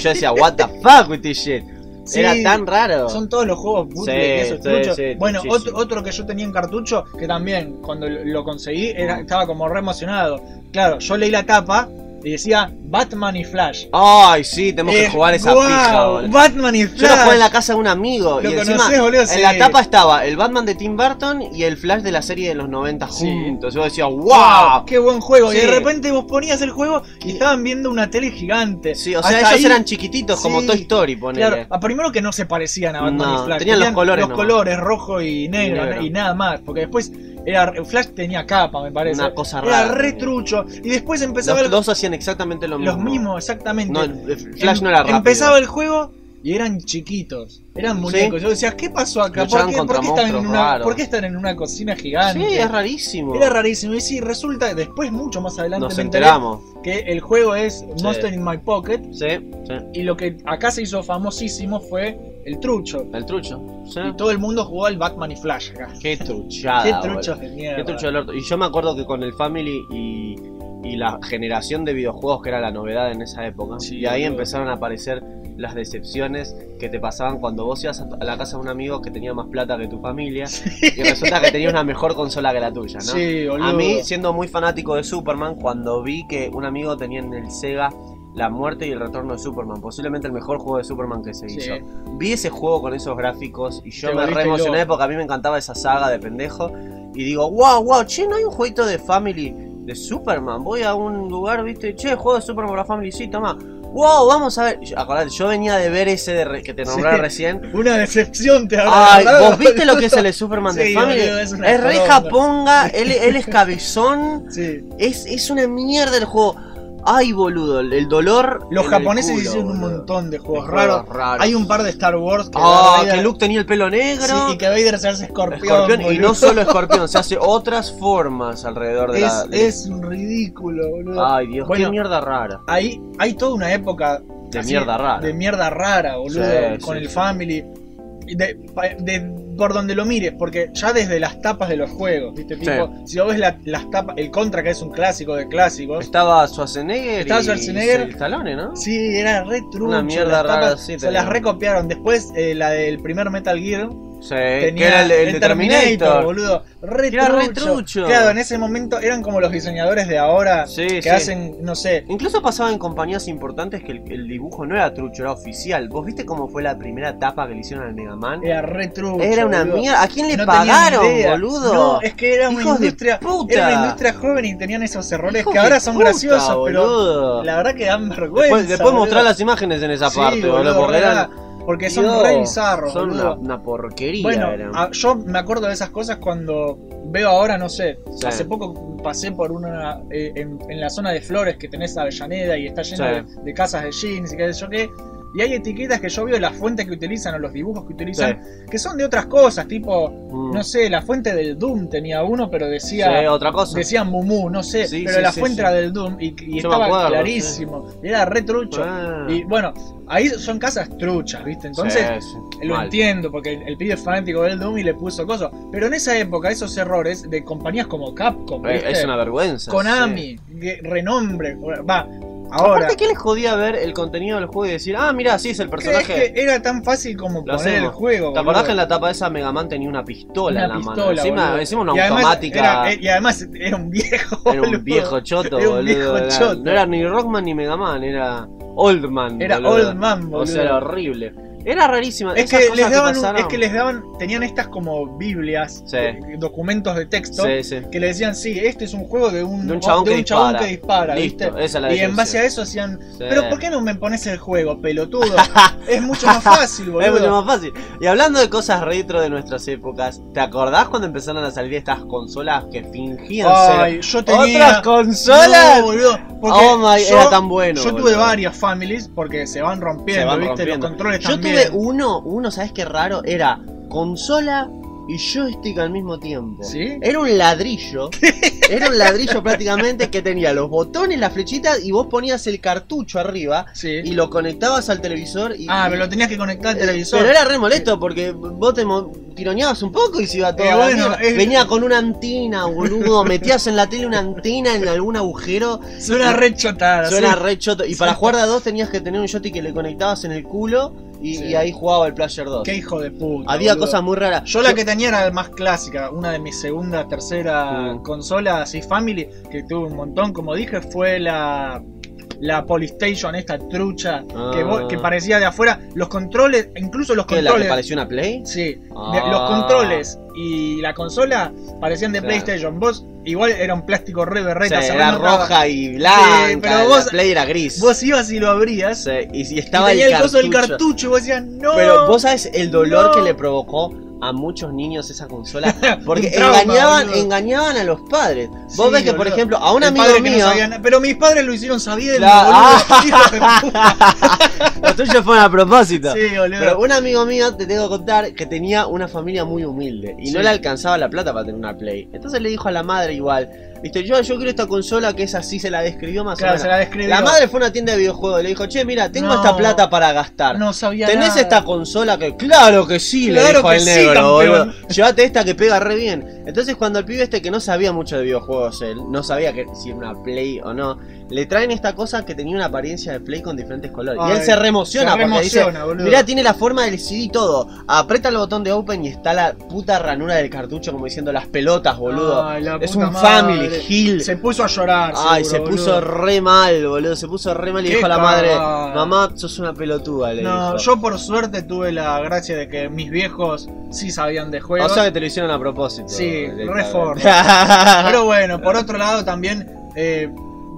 Speaker 3: Yo decía, what the fuck with this shit.
Speaker 2: Sí,
Speaker 3: Era tan raro.
Speaker 2: Son todos los juegos bootleg
Speaker 3: Sí,
Speaker 2: y esos
Speaker 3: sí,
Speaker 2: truchos.
Speaker 3: sí,
Speaker 2: bueno,
Speaker 3: muchísimo.
Speaker 2: otro, otro que yo tenía en cartucho, que también cuando lo lo conseguí era,
Speaker 3: Mm.
Speaker 2: estaba como re emocionado. Claro, yo leí la tapa y decía Batman y Flash.
Speaker 3: Ay, sí, tenemos que
Speaker 2: Eh,
Speaker 3: jugar esa
Speaker 2: guau,
Speaker 3: pija, boludo.
Speaker 2: Batman y
Speaker 3: Yo la jugué en la
Speaker 2: Flash.
Speaker 3: casa de un amigo.
Speaker 2: Lo
Speaker 3: y encima,
Speaker 2: conocés, boludo,
Speaker 3: en
Speaker 2: sí.
Speaker 3: la tapa estaba el Batman de Tim Burton y el Flash de la serie de los 90
Speaker 2: Sí.
Speaker 3: juntos. Yo decía,
Speaker 2: Guau,
Speaker 3: ¡Wow!
Speaker 2: ¡Qué buen juego! Y
Speaker 3: Sí.
Speaker 2: de repente vos ponías el juego y estaban viendo una tele gigante.
Speaker 3: Sí, o sea,
Speaker 2: Hasta
Speaker 3: ellos
Speaker 2: ahí-
Speaker 3: eran chiquititos como
Speaker 2: Sí,
Speaker 3: Toy Story, ponele.
Speaker 2: Claro, a- primero que no se parecían a Batman
Speaker 3: No,
Speaker 2: y Flash.
Speaker 3: tenían los colores
Speaker 2: Los
Speaker 3: nomás.
Speaker 2: colores, rojo y negro,
Speaker 3: Y negro.
Speaker 2: y nada más. Porque después era, Flash tenía capa, me parece.
Speaker 3: Una cosa
Speaker 2: Era
Speaker 3: rara
Speaker 2: re
Speaker 3: tenía.
Speaker 2: trucho. Y después empezaba
Speaker 3: Los
Speaker 2: el-
Speaker 3: dos hacían exactamente lo mismo.
Speaker 2: los mismos, exactamente.
Speaker 3: No, el- el Flash
Speaker 2: Em-
Speaker 3: no era rápido.
Speaker 2: Empezaba el juego y eran chiquitos. Eran muñecos. Yo decía, ¿qué pasó acá? ¿Por
Speaker 3: Luchaban
Speaker 2: qué,
Speaker 3: contra
Speaker 2: por qué están en
Speaker 3: monstruos
Speaker 2: una,
Speaker 3: raros.
Speaker 2: por qué están en una cocina gigante?
Speaker 3: Sí, es rarísimo.
Speaker 2: Era rarísimo. Y sí, resulta que después, mucho más adelante,
Speaker 3: Nos
Speaker 2: me enteré
Speaker 3: enteramos.
Speaker 2: que el juego es Monster in My Pocket.
Speaker 3: Sí, sí.
Speaker 2: Y lo que acá se hizo famosísimo fue el trucho.
Speaker 3: El trucho. Sí.
Speaker 2: Y todo el mundo jugó al Batman y Flash acá.
Speaker 3: Qué truchada.
Speaker 2: Qué
Speaker 3: Ah, boludo.
Speaker 2: truchos de mierda.
Speaker 3: Qué trucho del orto. Y yo me acuerdo que con el Family y, y la generación de videojuegos que era la novedad en esa época,
Speaker 2: Sí,
Speaker 3: y ahí
Speaker 2: boludo.
Speaker 3: empezaron a aparecer las decepciones que te pasaban cuando vos ibas a a la casa de un amigo que tenía más plata que tu familia y resulta que tenía una mejor consola que la tuya, ¿no?
Speaker 2: Sí, boludo.
Speaker 3: A mí, siendo muy fanático de Superman, cuando vi que un amigo tenía en el Sega La muerte y el retorno de Superman, posiblemente el mejor juego de Superman que se
Speaker 2: Sí.
Speaker 3: hizo. Vi ese juego con esos gráficos y yo
Speaker 2: Te
Speaker 3: me re
Speaker 2: volviste
Speaker 3: emocioné
Speaker 2: loco.
Speaker 3: porque a mí me encantaba esa saga de pendejo. Y digo, wow, wow, che, no hay un jueguito de Family de Superman. Voy a un lugar, viste, che, juego de Superman para Family, sí, toma. Wow, vamos a ver. Yo- Acordate, yo venía de ver ese de re- que te nombré
Speaker 2: Sí.
Speaker 3: recién.
Speaker 2: Una decepción te habrá
Speaker 3: Ay,
Speaker 2: agarrado,
Speaker 3: ¿vos viste lo que es
Speaker 2: boludo?
Speaker 3: el de Superman de
Speaker 2: Sí,
Speaker 3: Family?
Speaker 2: boludo, es
Speaker 3: Es,
Speaker 2: una
Speaker 3: re
Speaker 2: poronga.
Speaker 3: japonga, él, él es cabezón,
Speaker 2: Sí.
Speaker 3: es, es una mierda el juego. Ay, boludo, el, el dolor.
Speaker 2: Los
Speaker 3: en el
Speaker 2: japoneses
Speaker 3: culo,
Speaker 2: hicieron un
Speaker 3: boludo.
Speaker 2: montón de juegos
Speaker 3: Juegos
Speaker 2: raros.
Speaker 3: raros.
Speaker 2: Hay un par de Star Wars que,
Speaker 3: Ah,
Speaker 2: Darth Vader-
Speaker 3: que Luke tenía el pelo negro.
Speaker 2: sí, y que Vader se hace escorpión.
Speaker 3: escorpión, y
Speaker 2: boludo.
Speaker 3: no solo escorpión, se hace otras formas alrededor de la.
Speaker 2: es,
Speaker 3: de-
Speaker 2: es un ridículo, boludo.
Speaker 3: Ay, Dios,
Speaker 2: Bueno.
Speaker 3: qué mierda rara.
Speaker 2: Ahí hay toda una época
Speaker 3: De
Speaker 2: así,
Speaker 3: mierda rara.
Speaker 2: De mierda rara, boludo.
Speaker 3: Sí,
Speaker 2: con
Speaker 3: sí,
Speaker 2: el
Speaker 3: sí.
Speaker 2: family. Y De, pa- de- por donde lo mires, porque ya desde las tapas de los juegos, ¿viste? Tipo, Si vos ves la- las tapas, el Contra, que es un clásico de clásicos.
Speaker 3: Estaba Schwarzenegger.
Speaker 2: Estaba Schwarzenegger.
Speaker 3: Y Stallone, ¿no?
Speaker 2: Sí, era re trucho.
Speaker 3: Una mierda
Speaker 2: las
Speaker 3: rara,
Speaker 2: tapas
Speaker 3: sí,
Speaker 2: Se
Speaker 3: tenía.
Speaker 2: las recopiaron. Después, eh, la del primer Metal Gear.
Speaker 3: Sí, que
Speaker 2: tenía
Speaker 3: era el, el de Terminator.
Speaker 2: boludo. Re
Speaker 3: Era
Speaker 2: trucho.
Speaker 3: re trucho.
Speaker 2: Claro, en ese momento eran como los diseñadores de ahora
Speaker 3: Sí,
Speaker 2: que
Speaker 3: sí.
Speaker 2: hacen, no sé.
Speaker 3: Incluso pasaba en compañías importantes que el, el dibujo no era trucho, era oficial. ¿Vos viste cómo fue la primera tapa que le hicieron al Mega Man?
Speaker 2: Era re trucho.
Speaker 3: Era una
Speaker 2: boludo.
Speaker 3: mierda. ¿A quién le
Speaker 2: No tenían
Speaker 3: pagaron,
Speaker 2: idea.
Speaker 3: boludo?
Speaker 2: No, es que era una
Speaker 3: Hijos de
Speaker 2: industria.
Speaker 3: puta.
Speaker 2: Era una industria joven y tenían esos errores
Speaker 3: Hijos
Speaker 2: que
Speaker 3: de
Speaker 2: ahora son
Speaker 3: puta,
Speaker 2: graciosos,
Speaker 3: boludo.
Speaker 2: pero la verdad que dan vergüenza.
Speaker 3: Después, después
Speaker 2: boludo.
Speaker 3: mostrar las imágenes en esa
Speaker 2: Sí,
Speaker 3: parte, boludo,
Speaker 2: boludo,
Speaker 3: porque
Speaker 2: verdad,
Speaker 3: eran-
Speaker 2: porque son
Speaker 3: Dios,
Speaker 2: re bizarros,
Speaker 3: Son una,
Speaker 2: boludo.
Speaker 3: una porquería.
Speaker 2: Bueno,
Speaker 3: eran.
Speaker 2: a- yo me acuerdo de esas cosas cuando veo ahora, no sé,
Speaker 3: Sí.
Speaker 2: hace poco pasé por una eh, en, en la zona de Flores que tenés Avellaneda y está lleno
Speaker 3: Sí.
Speaker 2: de, de casas de jeans y qué sé yo qué. Y hay etiquetas que yo veo las fuentes que utilizan o los dibujos que utilizan, que son de otras cosas, tipo,
Speaker 3: Mm.
Speaker 2: no sé, la fuente del Doom tenía uno, pero
Speaker 3: Sí,
Speaker 2: decía,
Speaker 3: otra cosa.
Speaker 2: decía Mumu, no sé,
Speaker 3: Sí,
Speaker 2: pero
Speaker 3: sí,
Speaker 2: la
Speaker 3: sí,
Speaker 2: fuente
Speaker 3: sí.
Speaker 2: era del Doom y, y
Speaker 3: me
Speaker 2: estaba
Speaker 3: acuerdo,
Speaker 2: clarísimo, y era re trucho.
Speaker 3: Ah.
Speaker 2: Y bueno, ahí son casas truchas, ¿viste? Entonces, eh,
Speaker 3: Sí, sí,
Speaker 2: lo
Speaker 3: mal.
Speaker 2: entiendo, porque el, el pibe es fanático del Doom y le puso cosas. Pero en esa época, esos errores de compañías como Capcom,
Speaker 3: Eh,
Speaker 2: ¿viste?
Speaker 3: Es una vergüenza. sí.
Speaker 2: Konami, que- renombre, va, ahora.
Speaker 3: Aparte, ¿qué les jodía ver el contenido del juego y decir, ah, mira, sí, es el
Speaker 2: ¿Crees
Speaker 3: personaje?
Speaker 2: que era tan fácil como
Speaker 3: Lo
Speaker 2: poner el
Speaker 3: hacemos.
Speaker 2: juego?
Speaker 3: ¿Te acordás
Speaker 2: boludo?
Speaker 3: que en la tapa de esa Mega Man tenía una pistola
Speaker 2: Una
Speaker 3: en la
Speaker 2: pistola,
Speaker 3: mano? Encima,
Speaker 2: boludo.
Speaker 3: encima una
Speaker 2: Y además
Speaker 3: automática.
Speaker 2: Era, eh, y además era un viejo.
Speaker 3: era
Speaker 2: boludo.
Speaker 3: un viejo choto,
Speaker 2: Era un
Speaker 3: boludo.
Speaker 2: viejo
Speaker 3: era-
Speaker 2: choto.
Speaker 3: No era ni Rockman ni Mega Man, era Oldman.
Speaker 2: Era Old Man, boludo.
Speaker 3: O sea, era horrible. Era rarísima.
Speaker 2: es
Speaker 3: esas
Speaker 2: que,
Speaker 3: cosas
Speaker 2: les daban, un-
Speaker 3: pasaron-
Speaker 2: es que les daban, tenían estas como Biblias,
Speaker 3: Sí.
Speaker 2: eh, documentos de texto,
Speaker 3: Sí, sí.
Speaker 2: que le decían, sí, este es un juego de un,
Speaker 3: De un chabón que dispara.
Speaker 2: que dispara,
Speaker 3: Listo,
Speaker 2: ¿viste?
Speaker 3: esa es la
Speaker 2: y
Speaker 3: descripción.
Speaker 2: en base a eso hacían,
Speaker 3: Sí.
Speaker 2: pero ¿por qué no me pones el juego, pelotudo? es mucho más fácil, boludo.
Speaker 3: Es mucho más fácil. Y hablando de cosas retro de nuestras épocas, ¿te acordás cuando empezaron a salir estas consolas que fingían ser
Speaker 2: Ay, yo tenía...
Speaker 3: otras consolas?
Speaker 2: No, boludo, porque
Speaker 3: Oh my,
Speaker 2: yo,
Speaker 3: era tan bueno,
Speaker 2: Yo tuve
Speaker 3: boludo.
Speaker 2: varias families porque se van rompiendo,
Speaker 3: Se van
Speaker 2: ¿viste?
Speaker 3: rompiendo.
Speaker 2: Los controles
Speaker 3: Yo
Speaker 2: también.
Speaker 3: tuve uno, uno, ¿sabes qué raro? Era consola y joystick al mismo tiempo.
Speaker 2: ¿Sí?
Speaker 3: Era un ladrillo. Era un ladrillo prácticamente que tenía los botones, las flechitas y vos ponías el cartucho arriba
Speaker 2: Sí.
Speaker 3: y lo conectabas al televisor. Y,
Speaker 2: Ah, pero lo tenías que conectar al
Speaker 3: Eh,
Speaker 2: televisor.
Speaker 3: Pero era re molesto porque vos te mo- tironeabas un poco y se iba todo.
Speaker 2: Eh,
Speaker 3: a la
Speaker 2: bueno,
Speaker 3: mierda.
Speaker 2: es-
Speaker 3: Venía con una antina, boludo. metías en la tele una antina en algún agujero.
Speaker 2: Suena re chotada.
Speaker 3: Suena
Speaker 2: sí.
Speaker 3: re choto. Y para jugar de a dos tenías que tener un joystick que le conectabas en el culo y,
Speaker 2: Sí.
Speaker 3: y ahí jugaba el Player 2.
Speaker 2: Qué hijo de puta.
Speaker 3: Había
Speaker 2: boludo.
Speaker 3: cosas muy raras.
Speaker 2: Yo la que tenía era más clásica, una de mis segunda, tercera
Speaker 3: Mm.
Speaker 2: consola, así Family, que tuve un montón, como dije, fue la la Polystation, esta trucha que, vos-
Speaker 3: Ah.
Speaker 2: que parecía de afuera. Los controles, incluso los
Speaker 3: ¿Qué es la que
Speaker 2: controles.
Speaker 3: pareció una Play?
Speaker 2: Sí, de-
Speaker 3: Ah.
Speaker 2: los controles y la consola parecían de
Speaker 3: Claro.
Speaker 2: PlayStation. Vos igual era un plástico re berreta,
Speaker 3: Sí,
Speaker 2: se
Speaker 3: era
Speaker 2: renotaba.
Speaker 3: roja y blanca.
Speaker 2: Sí, pero
Speaker 3: la
Speaker 2: vos-
Speaker 3: Play era gris.
Speaker 2: Vos ibas y lo abrías.
Speaker 3: Sí, y, y
Speaker 2: y
Speaker 3: estaba
Speaker 2: tenía
Speaker 3: el
Speaker 2: el coso del
Speaker 3: cartucho.
Speaker 2: cartucho y vos decías, no.
Speaker 3: Pero vos sabes el dolor
Speaker 2: No.
Speaker 3: que le provocó a muchos niños esa consola. Porque
Speaker 2: Un trauma,
Speaker 3: engañaban,
Speaker 2: boludo.
Speaker 3: engañaban a los padres. Vos
Speaker 2: Sí,
Speaker 3: ves que, por
Speaker 2: boludo.
Speaker 3: ejemplo, a un
Speaker 2: El
Speaker 3: amigo
Speaker 2: padre que no
Speaker 3: mío. Ah.
Speaker 2: sabía na- pero mis padres lo hicieron sabiendo,
Speaker 3: Claro.
Speaker 2: boludo, hijo de puta.
Speaker 3: Los tuyos fueron a propósito.
Speaker 2: Sí, boludo.
Speaker 3: Pero un amigo mío, te tengo que contar, que tenía una familia muy humilde y no
Speaker 2: Sí.
Speaker 3: le alcanzaba la plata para tener una Play. Entonces le dijo a la madre igual, viste, yo, yo quiero esta consola que es así, se la describió más
Speaker 2: Claro,
Speaker 3: o
Speaker 2: se
Speaker 3: menos.
Speaker 2: la describió.
Speaker 3: La madre fue a una tienda de videojuegos y le dijo, che, mira, tengo
Speaker 2: No.
Speaker 3: esta plata para gastar.
Speaker 2: no sabía
Speaker 3: ¿Tenés
Speaker 2: nada.
Speaker 3: esta consola que.? Claro que sí, le
Speaker 2: Claro
Speaker 3: dijo
Speaker 2: que
Speaker 3: el
Speaker 2: sí,
Speaker 3: negro,
Speaker 2: campeón.
Speaker 3: boludo. Llévate esta que pega re bien. Entonces, cuando el pibe este que no sabía mucho de videojuegos, él no sabía que, si era una Play o no, le traen esta cosa que tenía una apariencia de Play con diferentes colores. y
Speaker 2: Ay,
Speaker 3: él se re emociona
Speaker 2: se re
Speaker 3: porque
Speaker 2: emociona,
Speaker 3: dice:
Speaker 2: boludo.
Speaker 3: Mirá, tiene la forma del CD y todo. Aprieta el botón de Open y está la puta ranura del cartucho, como diciendo las pelotas, boludo.
Speaker 2: Ay, Ah, la
Speaker 3: es
Speaker 2: puta
Speaker 3: un
Speaker 2: madre.
Speaker 3: family, Gil.
Speaker 2: Se puso a llorar.
Speaker 3: Ay, se
Speaker 2: seguro,
Speaker 3: puso
Speaker 2: boludo.
Speaker 3: re mal, boludo. Se puso re mal y
Speaker 2: Qué
Speaker 3: dijo a la madre:
Speaker 2: cagada.
Speaker 3: Mamá, sos una pelotuda, le
Speaker 2: No,
Speaker 3: dijo.
Speaker 2: yo por suerte tuve la gracia de que mis viejos sí sabían de juegos.
Speaker 3: O sea que te lo hicieron a propósito.
Speaker 2: Sí,
Speaker 3: directamente.
Speaker 2: reforma. Pero bueno, por otro lado también, eh,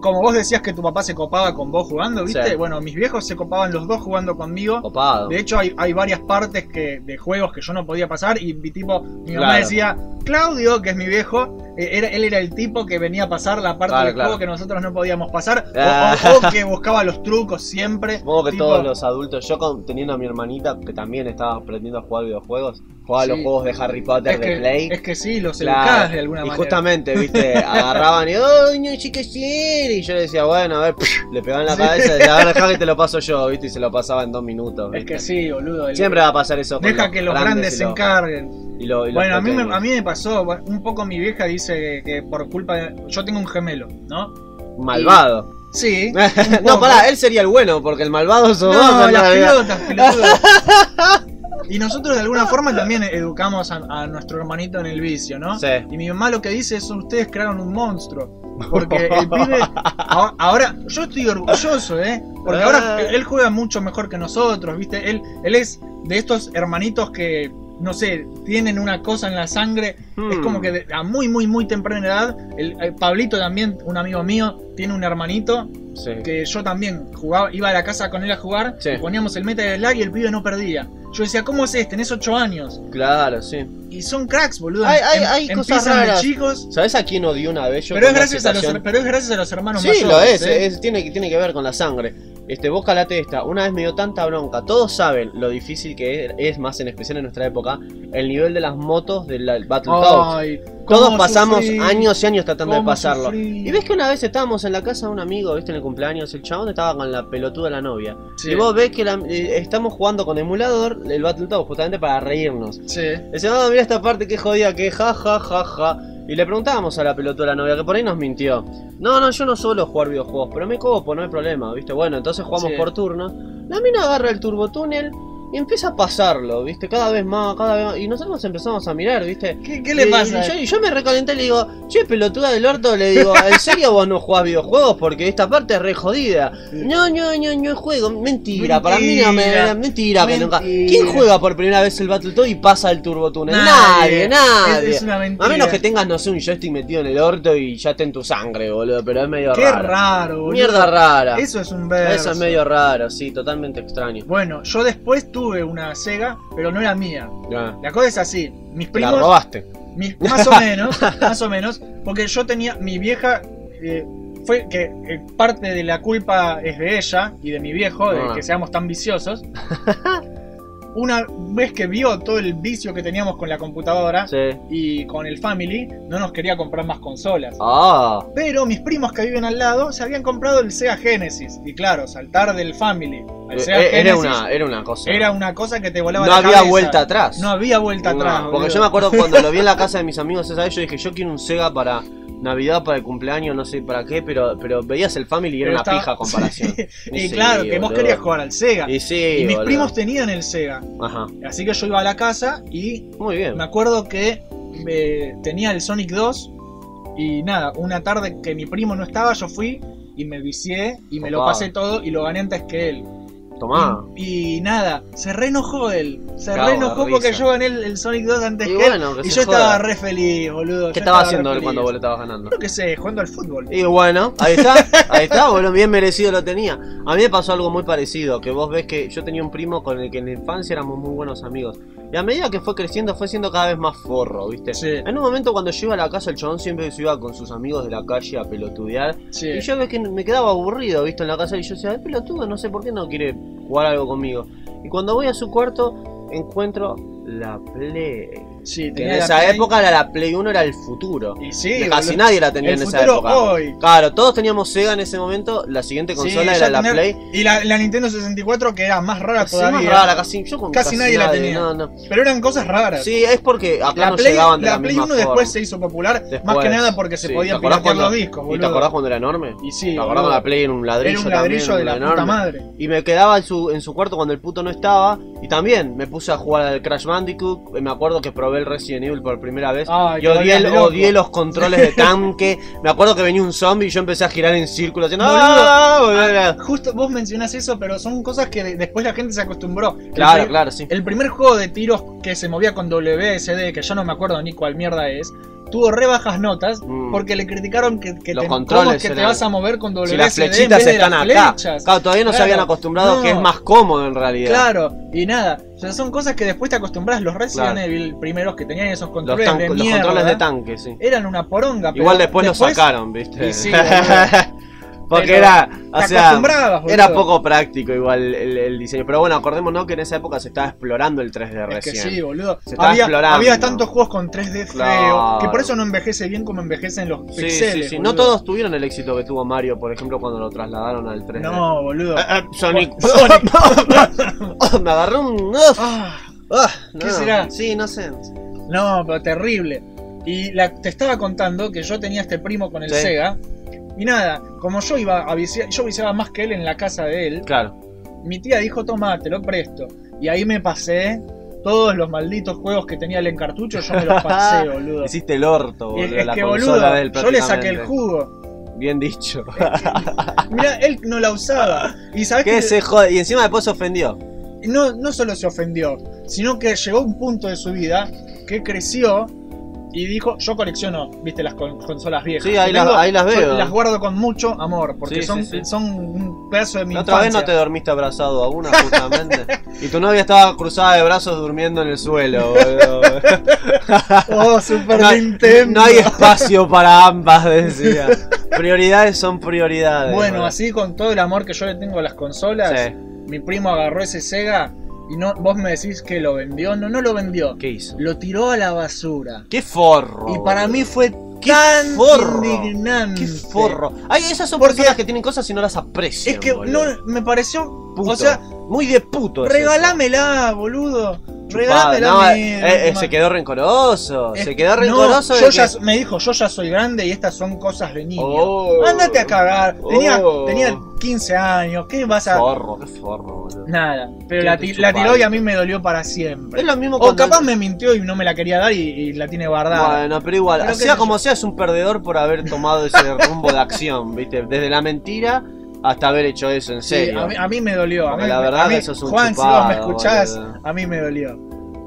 Speaker 2: como vos decías que tu papá se copaba con vos jugando, ¿viste?
Speaker 3: Sí.
Speaker 2: Bueno, mis viejos se copaban los dos jugando conmigo.
Speaker 3: Copado.
Speaker 2: De hecho, hay, hay varias partes que, de juegos que yo no podía pasar y mi tipo, mi mamá
Speaker 3: Claro.
Speaker 2: decía, Claudio, que es mi viejo, eh, era- él era el tipo que venía a pasar la parte
Speaker 3: Claro,
Speaker 2: del
Speaker 3: claro.
Speaker 2: juego que nosotros no podíamos pasar, o-
Speaker 3: Ah.
Speaker 2: o, o que buscaba los trucos siempre.
Speaker 3: Supongo que
Speaker 2: tipo,
Speaker 3: todos los adultos, yo con- teniendo a mi hermanita que también estaba aprendiendo a jugar videojuegos, jugaba a los
Speaker 2: Sí.
Speaker 3: juegos de Harry Potter
Speaker 2: es
Speaker 3: de
Speaker 2: que,
Speaker 3: Play.
Speaker 2: es que sí, los
Speaker 3: Claro.
Speaker 2: educás de alguna
Speaker 3: y
Speaker 2: manera.
Speaker 3: justamente, viste, agarraban y, ¡ay, no, sí que sí! Y yo le decía, bueno, a ver, le pegaban la cabeza y decía, a ver, dejá que te lo paso yo, viste, y se lo pasaba en dos minutos.
Speaker 2: Es
Speaker 3: ¿viste?
Speaker 2: que sí, boludo. el-
Speaker 3: Siempre va a pasar eso. con
Speaker 2: Deja que los grandes
Speaker 3: y
Speaker 2: se
Speaker 3: los-
Speaker 2: encarguen.
Speaker 3: y lo- y los
Speaker 2: Bueno, a mí, me,
Speaker 3: pequeños.
Speaker 2: a mí me pasó, un poco mi vieja dice que, que por culpa de... Yo tengo un gemelo, ¿no?
Speaker 3: Malvado.
Speaker 2: Sí. un
Speaker 3: no,
Speaker 2: poco.
Speaker 3: pará, él sería el bueno, porque el malvado sos vos,
Speaker 2: No,
Speaker 3: en
Speaker 2: las
Speaker 3: realidad.
Speaker 2: pelotas, pelotudo. Y nosotros de alguna forma también educamos a, a nuestro hermanito en el vicio, ¿no?
Speaker 3: Sí.
Speaker 2: Y mi mamá lo que dice es, ustedes crearon un monstruo. Porque el pibe... a- Ahora, yo estoy orgulloso, ¿eh? Porque
Speaker 3: Ah.
Speaker 2: ahora él juega mucho mejor que nosotros, ¿viste? Él, él es de estos hermanitos que, no sé, tienen una cosa en la sangre Es
Speaker 3: Hmm. Mm,
Speaker 2: como que de- a muy, muy, muy temprana edad, el, el Pablito también, un amigo mío, tiene un hermanito
Speaker 3: Sí.
Speaker 2: que yo también jugaba, iba a la casa con él a jugar,
Speaker 3: Sí.
Speaker 2: y poníamos el Metal Slug y el pibe no perdía. Yo decía, ¿cómo este? haces? Tenés 8 años.
Speaker 3: Claro, sí.
Speaker 2: Y son cracks, boludo. Em,
Speaker 3: Hay- hay- hay cosas
Speaker 2: empiezan de
Speaker 3: raras.
Speaker 2: chicos,
Speaker 3: ¿Sabes a quién odió una vez yo
Speaker 2: pero es,
Speaker 3: con una
Speaker 2: gracias a los,
Speaker 3: situación?
Speaker 2: pero es gracias a los hermanos
Speaker 3: Sí,
Speaker 2: mayores.
Speaker 3: lo es,
Speaker 2: ¿eh?
Speaker 3: es- tiene, que- tiene que ver con la sangre. Este, vos calate esta, una vez me dio tanta bronca, todos saben lo difícil que es, es, más en especial en nuestra época, el nivel de las motos del Battletoads.
Speaker 2: Ay,
Speaker 3: Todos
Speaker 2: cómo
Speaker 3: pasamos
Speaker 2: sufrí,
Speaker 3: años y años tratando de
Speaker 2: cómo
Speaker 3: pasarlo.
Speaker 2: sufrí.
Speaker 3: Y ves que una vez estábamos en la casa de un amigo, viste, en el cumpleaños, el chabón estaba con la pelotuda de la novia.
Speaker 2: Sí,
Speaker 3: Y vos ves que la- eh, estamos jugando con emulador el Battletoads justamente para reírnos.
Speaker 2: sí.
Speaker 3: Dice, ah, mira esta parte que jodida que ja, ja, ja, ja. Y le preguntábamos a la pelotuda la novia, que por ahí nos mintió. No, no, yo no suelo jugar videojuegos, pero me copo, no hay problema, ¿viste? Bueno, entonces jugamos
Speaker 2: Sí.
Speaker 3: por turno. La mina agarra el turbotúnel y empieza a pasarlo, ¿viste? Cada vez más, cada vez más. Y nosotros empezamos a mirar, ¿viste?
Speaker 2: ¿Qué, qué le
Speaker 3: Y-
Speaker 2: pasa?
Speaker 3: Y yo, y yo me recalenté y le digo, che, pelotuda del orto, le digo, ¿en serio vos no jugás videojuegos? Porque esta parte es re jodida. No, no, no, no juego. Mentira, para mí no me.
Speaker 2: Mentira.
Speaker 3: Mentira, que nunca.
Speaker 2: Mentira.
Speaker 3: ¿Quién juega por primera vez el Battletoad y pasa el Turbo Tunnel? Nadie,
Speaker 2: Nadie.
Speaker 3: nadie.
Speaker 2: Es- es una mentira.
Speaker 3: A menos que tengas, no sé, un joystick metido en el orto y ya esté en tu sangre, boludo, pero es medio
Speaker 2: Qué
Speaker 3: raro.
Speaker 2: raro, boludo.
Speaker 3: Mierda rara.
Speaker 2: Eso es un verso.
Speaker 3: Eso es medio raro, sí, totalmente extraño.
Speaker 2: Bueno, yo después tuve una Sega, pero no era mía.
Speaker 3: Ah,
Speaker 2: La cosa es así, mis
Speaker 3: La
Speaker 2: primos,
Speaker 3: robaste.
Speaker 2: mis- más o menos, más o menos, porque yo tenía, mi vieja, eh, fue que eh, parte de la culpa es de ella y de mi viejo, de
Speaker 3: Ah.
Speaker 2: que seamos tan viciosos. Una vez que vio todo el vicio que teníamos con la computadora
Speaker 3: Sí.
Speaker 2: y con el Family, no nos quería comprar más consolas.
Speaker 3: Ah.
Speaker 2: Pero mis primos que viven al lado se habían comprado el Sega Genesis. Y claro, saltar del Family al Sega
Speaker 3: Eh, Era
Speaker 2: Genesis
Speaker 3: una, era una cosa.
Speaker 2: era una cosa que te volaba
Speaker 3: no
Speaker 2: la
Speaker 3: había
Speaker 2: cabeza.
Speaker 3: vuelta atrás.
Speaker 2: No había vuelta
Speaker 3: No,
Speaker 2: atrás.
Speaker 3: Porque
Speaker 2: boludo.
Speaker 3: yo me acuerdo cuando lo vi en la casa de mis amigos esa vez, yo dije, yo quiero un Sega para Navidad, para el cumpleaños, no sé para qué, pero, pero veías el Family y era
Speaker 2: Pero
Speaker 3: una
Speaker 2: estaba-
Speaker 3: pija a comparación.
Speaker 2: y
Speaker 3: Sí,
Speaker 2: claro, que vos
Speaker 3: boludo.
Speaker 2: querías jugar al Sega.
Speaker 3: Y sí,
Speaker 2: y mis
Speaker 3: boludo.
Speaker 2: primos tenían el Sega.
Speaker 3: Ajá,
Speaker 2: Así que yo iba a la casa y
Speaker 3: muy bien.
Speaker 2: me acuerdo que eh, tenía el Sonic 2. Y nada, una tarde que mi primo no estaba, yo fui y me vicié y me lo
Speaker 3: Copado.
Speaker 2: pasé todo y lo gané antes que él.
Speaker 3: Tomá.
Speaker 2: Y, y nada, se reenojó él. Se
Speaker 3: Cago de
Speaker 2: reenojó porque
Speaker 3: risa.
Speaker 2: yo gané el, el Sonic 2 antes
Speaker 3: Y
Speaker 2: que él.
Speaker 3: bueno, que
Speaker 2: y
Speaker 3: se
Speaker 2: yo
Speaker 3: joda.
Speaker 2: estaba re feliz, boludo.
Speaker 3: ¿Qué
Speaker 2: yo
Speaker 3: estaba
Speaker 2: re
Speaker 3: haciendo él
Speaker 2: feliz.
Speaker 3: cuando vos le estabas ganando?
Speaker 2: Yo qué sé, jugando al fútbol.
Speaker 3: Y bueno, ahí está, ahí está, boludo, bien merecido lo tenía. A mí me pasó algo muy parecido, que vos ves que yo tenía un primo con el que en la infancia éramos muy buenos amigos. Y a medida que fue creciendo, fue siendo cada vez más forro, ¿viste?
Speaker 2: Sí.
Speaker 3: En un momento cuando yo iba a la casa, el chabón siempre se iba con sus amigos de la calle a pelotudear.
Speaker 2: Sí.
Speaker 3: Y yo ves que me quedaba aburrido, ¿viste? En la casa y yo decía, "Ay, pelotudo, no sé por qué no quiere jugar algo conmigo. Y cuando voy a su cuarto, encuentro la Play.
Speaker 2: Sí,
Speaker 3: Que en
Speaker 2: tenía la
Speaker 3: esa
Speaker 2: Play.
Speaker 3: época era la Play 1, era el futuro.
Speaker 2: Y sí,
Speaker 3: Casi
Speaker 2: boludo.
Speaker 3: nadie la tenía
Speaker 2: El
Speaker 3: en esa
Speaker 2: futuro
Speaker 3: época.
Speaker 2: hoy.
Speaker 3: Claro, todos teníamos Sega en ese momento. La siguiente
Speaker 2: Sí,
Speaker 3: consola
Speaker 2: ya
Speaker 3: era la
Speaker 2: tener-
Speaker 3: Play.
Speaker 2: Y la, la Nintendo 64 que era más rara
Speaker 3: Sí, más
Speaker 2: todavía.
Speaker 3: rara, casi, yo como
Speaker 2: Casi nadie la tenía.
Speaker 3: no, no.
Speaker 2: Pero eran cosas raras.
Speaker 3: Sí, es porque acá
Speaker 2: la
Speaker 3: no
Speaker 2: Play,
Speaker 3: llegaban de la,
Speaker 2: la Play
Speaker 3: misma
Speaker 2: 1 después se
Speaker 3: forma.
Speaker 2: hizo popular, más
Speaker 3: Después,
Speaker 2: que nada porque se
Speaker 3: sí. ¿Te
Speaker 2: podían
Speaker 3: acordás
Speaker 2: piratear
Speaker 3: cuando-
Speaker 2: los discos,
Speaker 3: ¿Y te
Speaker 2: boludo.
Speaker 3: acordás cuando era enorme?
Speaker 2: Y sí,
Speaker 3: ¿Te acordás
Speaker 2: boludo.
Speaker 3: cuando la Play era un ladrillo
Speaker 2: Era un ladrillo
Speaker 3: también,
Speaker 2: de la
Speaker 3: un
Speaker 2: puta
Speaker 3: enorme?
Speaker 2: madre.
Speaker 3: Y me quedaba en su, en su cuarto cuando el puto no estaba. Y también me puse a jugar al Crash Bandicoot. eh, Me acuerdo que probé el Resident Evil por primera vez.
Speaker 2: Ay,
Speaker 3: y
Speaker 2: te
Speaker 3: odié,
Speaker 2: volvías
Speaker 3: el-
Speaker 2: loco.
Speaker 3: odié los controles de tanque. Me acuerdo que venía un zombie y yo empecé a girar en círculo. Haciendo,
Speaker 2: Boludo.
Speaker 3: "Ah", boludo.
Speaker 2: Justo vos mencionás eso, pero son cosas que de- después la gente se acostumbró. El
Speaker 3: Claro,
Speaker 2: pri-
Speaker 3: claro, sí.
Speaker 2: El primer juego de tiros que se movía con WSD, que yo no me acuerdo ni cuál mierda es, tuvo re bajas notas
Speaker 3: Mm.
Speaker 2: porque le criticaron que, que
Speaker 3: Los
Speaker 2: te,
Speaker 3: controles
Speaker 2: cómo es que te
Speaker 3: eran-
Speaker 2: vas a mover con WSD
Speaker 3: Si las
Speaker 2: en vez
Speaker 3: flechitas
Speaker 2: de
Speaker 3: están
Speaker 2: las
Speaker 3: acá.
Speaker 2: flechas.
Speaker 3: Claro, todavía no se
Speaker 2: Claro.
Speaker 3: habían acostumbrado
Speaker 2: No.
Speaker 3: que es más cómodo en realidad.
Speaker 2: Claro, y nada, o sea, son cosas que después te acostumbras. Los Resident
Speaker 3: Claro.
Speaker 2: Evil primeros que tenían esos
Speaker 3: Los,
Speaker 2: controles
Speaker 3: tan-
Speaker 2: de
Speaker 3: los
Speaker 2: mierda
Speaker 3: controles de tanque, sí.
Speaker 2: eran una poronga. pero
Speaker 3: Igual después, lo sacaron, ¿viste?
Speaker 2: Y sí, boludo.
Speaker 3: Porque
Speaker 2: Pero
Speaker 3: era, o
Speaker 2: te
Speaker 3: sea,
Speaker 2: acostumbrabas, boludo.
Speaker 3: era poco práctico igual el, el diseño. Pero bueno, acordémonos que en esa época se estaba explorando el 3D
Speaker 2: Es que
Speaker 3: recién.
Speaker 2: sí, boludo.
Speaker 3: Se estaba
Speaker 2: Había,
Speaker 3: explorando.
Speaker 2: había tantos juegos con 3D feo
Speaker 3: Claro.
Speaker 2: que por eso no envejece bien como envejecen los
Speaker 3: Sí,
Speaker 2: pixeles.
Speaker 3: sí, sí.
Speaker 2: boludo.
Speaker 3: No todos tuvieron el éxito que tuvo Mario, por ejemplo, cuando lo trasladaron al 3D.
Speaker 2: No, boludo.
Speaker 3: Eh, eh, Sonic.
Speaker 2: Sonic.
Speaker 3: Me agarró un.
Speaker 2: Ah,
Speaker 3: Ah,
Speaker 2: ¿Qué
Speaker 3: no.
Speaker 2: será?
Speaker 3: Sí, no sé.
Speaker 2: no, pero terrible. Y la- te estaba contando que yo tenía este primo con el
Speaker 3: Sí.
Speaker 2: Sega. Y nada, como yo iba a viciar, yo viciaba más que él en la casa de él,
Speaker 3: Claro.
Speaker 2: mi tía dijo, toma, te lo presto. Y ahí me pasé todos los malditos juegos que tenía él en cartucho, yo me los pasé, boludo.
Speaker 3: Hiciste el orto,
Speaker 2: Y
Speaker 3: boludo.
Speaker 2: es, es
Speaker 3: la
Speaker 2: que,
Speaker 3: consola
Speaker 2: boludo,
Speaker 3: de él,
Speaker 2: yo le saqué el
Speaker 3: prácticamente.
Speaker 2: jugo.
Speaker 3: Bien dicho.
Speaker 2: Mirá, él no la usaba. Y sabés
Speaker 3: ¿Qué
Speaker 2: que
Speaker 3: se jode? Y encima después se ofendió.
Speaker 2: no, no solo se ofendió, sino que llegó un punto de su vida que creció y dijo, yo colecciono, viste, las con- consolas viejas.
Speaker 3: Sí, ahí
Speaker 2: Que
Speaker 3: las- ahí las
Speaker 2: yo
Speaker 3: veo.
Speaker 2: Las guardo con mucho amor, porque
Speaker 3: Sí, sí,
Speaker 2: son,
Speaker 3: sí.
Speaker 2: son un pedazo de mi
Speaker 3: La otra vez no te
Speaker 2: infancia.
Speaker 3: dormiste abrazado a una, justamente. y tu novia estaba cruzada de brazos durmiendo en el suelo, boludo.
Speaker 2: Oh, Super
Speaker 3: no, hay-
Speaker 2: Nintendo.
Speaker 3: no hay espacio para ambas, decía. Prioridades son prioridades.
Speaker 2: Bueno,
Speaker 3: boludo.
Speaker 2: así con todo el amor que yo le tengo a las consolas,
Speaker 3: Sí.
Speaker 2: mi primo agarró ese Sega y no, vos me decís que lo vendió. No, no lo vendió.
Speaker 3: ¿Qué hizo?
Speaker 2: Lo tiró a la basura.
Speaker 3: ¡Qué forro!
Speaker 2: y para
Speaker 3: boludo.
Speaker 2: mí fue tan
Speaker 3: Oh. forro!
Speaker 2: indignante.
Speaker 3: ¡Qué forro! Ay, esas son
Speaker 2: Porque-
Speaker 3: personas que tienen cosas y no las aprecian.
Speaker 2: Es que
Speaker 3: boludo.
Speaker 2: no, me pareció.
Speaker 3: Puto.
Speaker 2: O sea,
Speaker 3: muy de puto. es eso.
Speaker 2: regalámela, boludo.
Speaker 3: Chupada,
Speaker 2: Regalámela.
Speaker 3: no,
Speaker 2: a mí,
Speaker 3: eh, eh,
Speaker 2: Batman.
Speaker 3: se quedó rencoroso.
Speaker 2: Es-
Speaker 3: se quedó
Speaker 2: no,
Speaker 3: rencoroso. de
Speaker 2: yo
Speaker 3: que-
Speaker 2: ya so- me dijo, yo ya soy grande y estas son cosas de niño.
Speaker 3: Oh.
Speaker 2: Ándate a cagar. Tenía,
Speaker 3: Oh.
Speaker 2: tenía 15 años. ¿Qué vas a.?
Speaker 3: Forro, qué forro, boludo.
Speaker 2: Nada. Pero
Speaker 3: Qué
Speaker 2: la, ti- la tiró y a mí me dolió para siempre.
Speaker 3: Es lo mismo
Speaker 2: O
Speaker 3: cuando-
Speaker 2: capaz me mintió y no me la quería dar y, y la tiene guardada.
Speaker 3: Bueno, pero igual,
Speaker 2: Pero qué
Speaker 3: sea
Speaker 2: sé
Speaker 3: como sea, es un perdedor por haber tomado ese rumbo de acción, ¿viste? Desde la mentira hasta haber hecho eso, en
Speaker 2: Sí,
Speaker 3: serio.
Speaker 2: a, mí, a mí me dolió. A
Speaker 3: Porque
Speaker 2: mí,
Speaker 3: la
Speaker 2: me-
Speaker 3: verdad
Speaker 2: a mí-
Speaker 3: que sos un
Speaker 2: Juan, si
Speaker 3: chupado,
Speaker 2: vos me escuchás,
Speaker 3: boludo.
Speaker 2: a mí me dolió.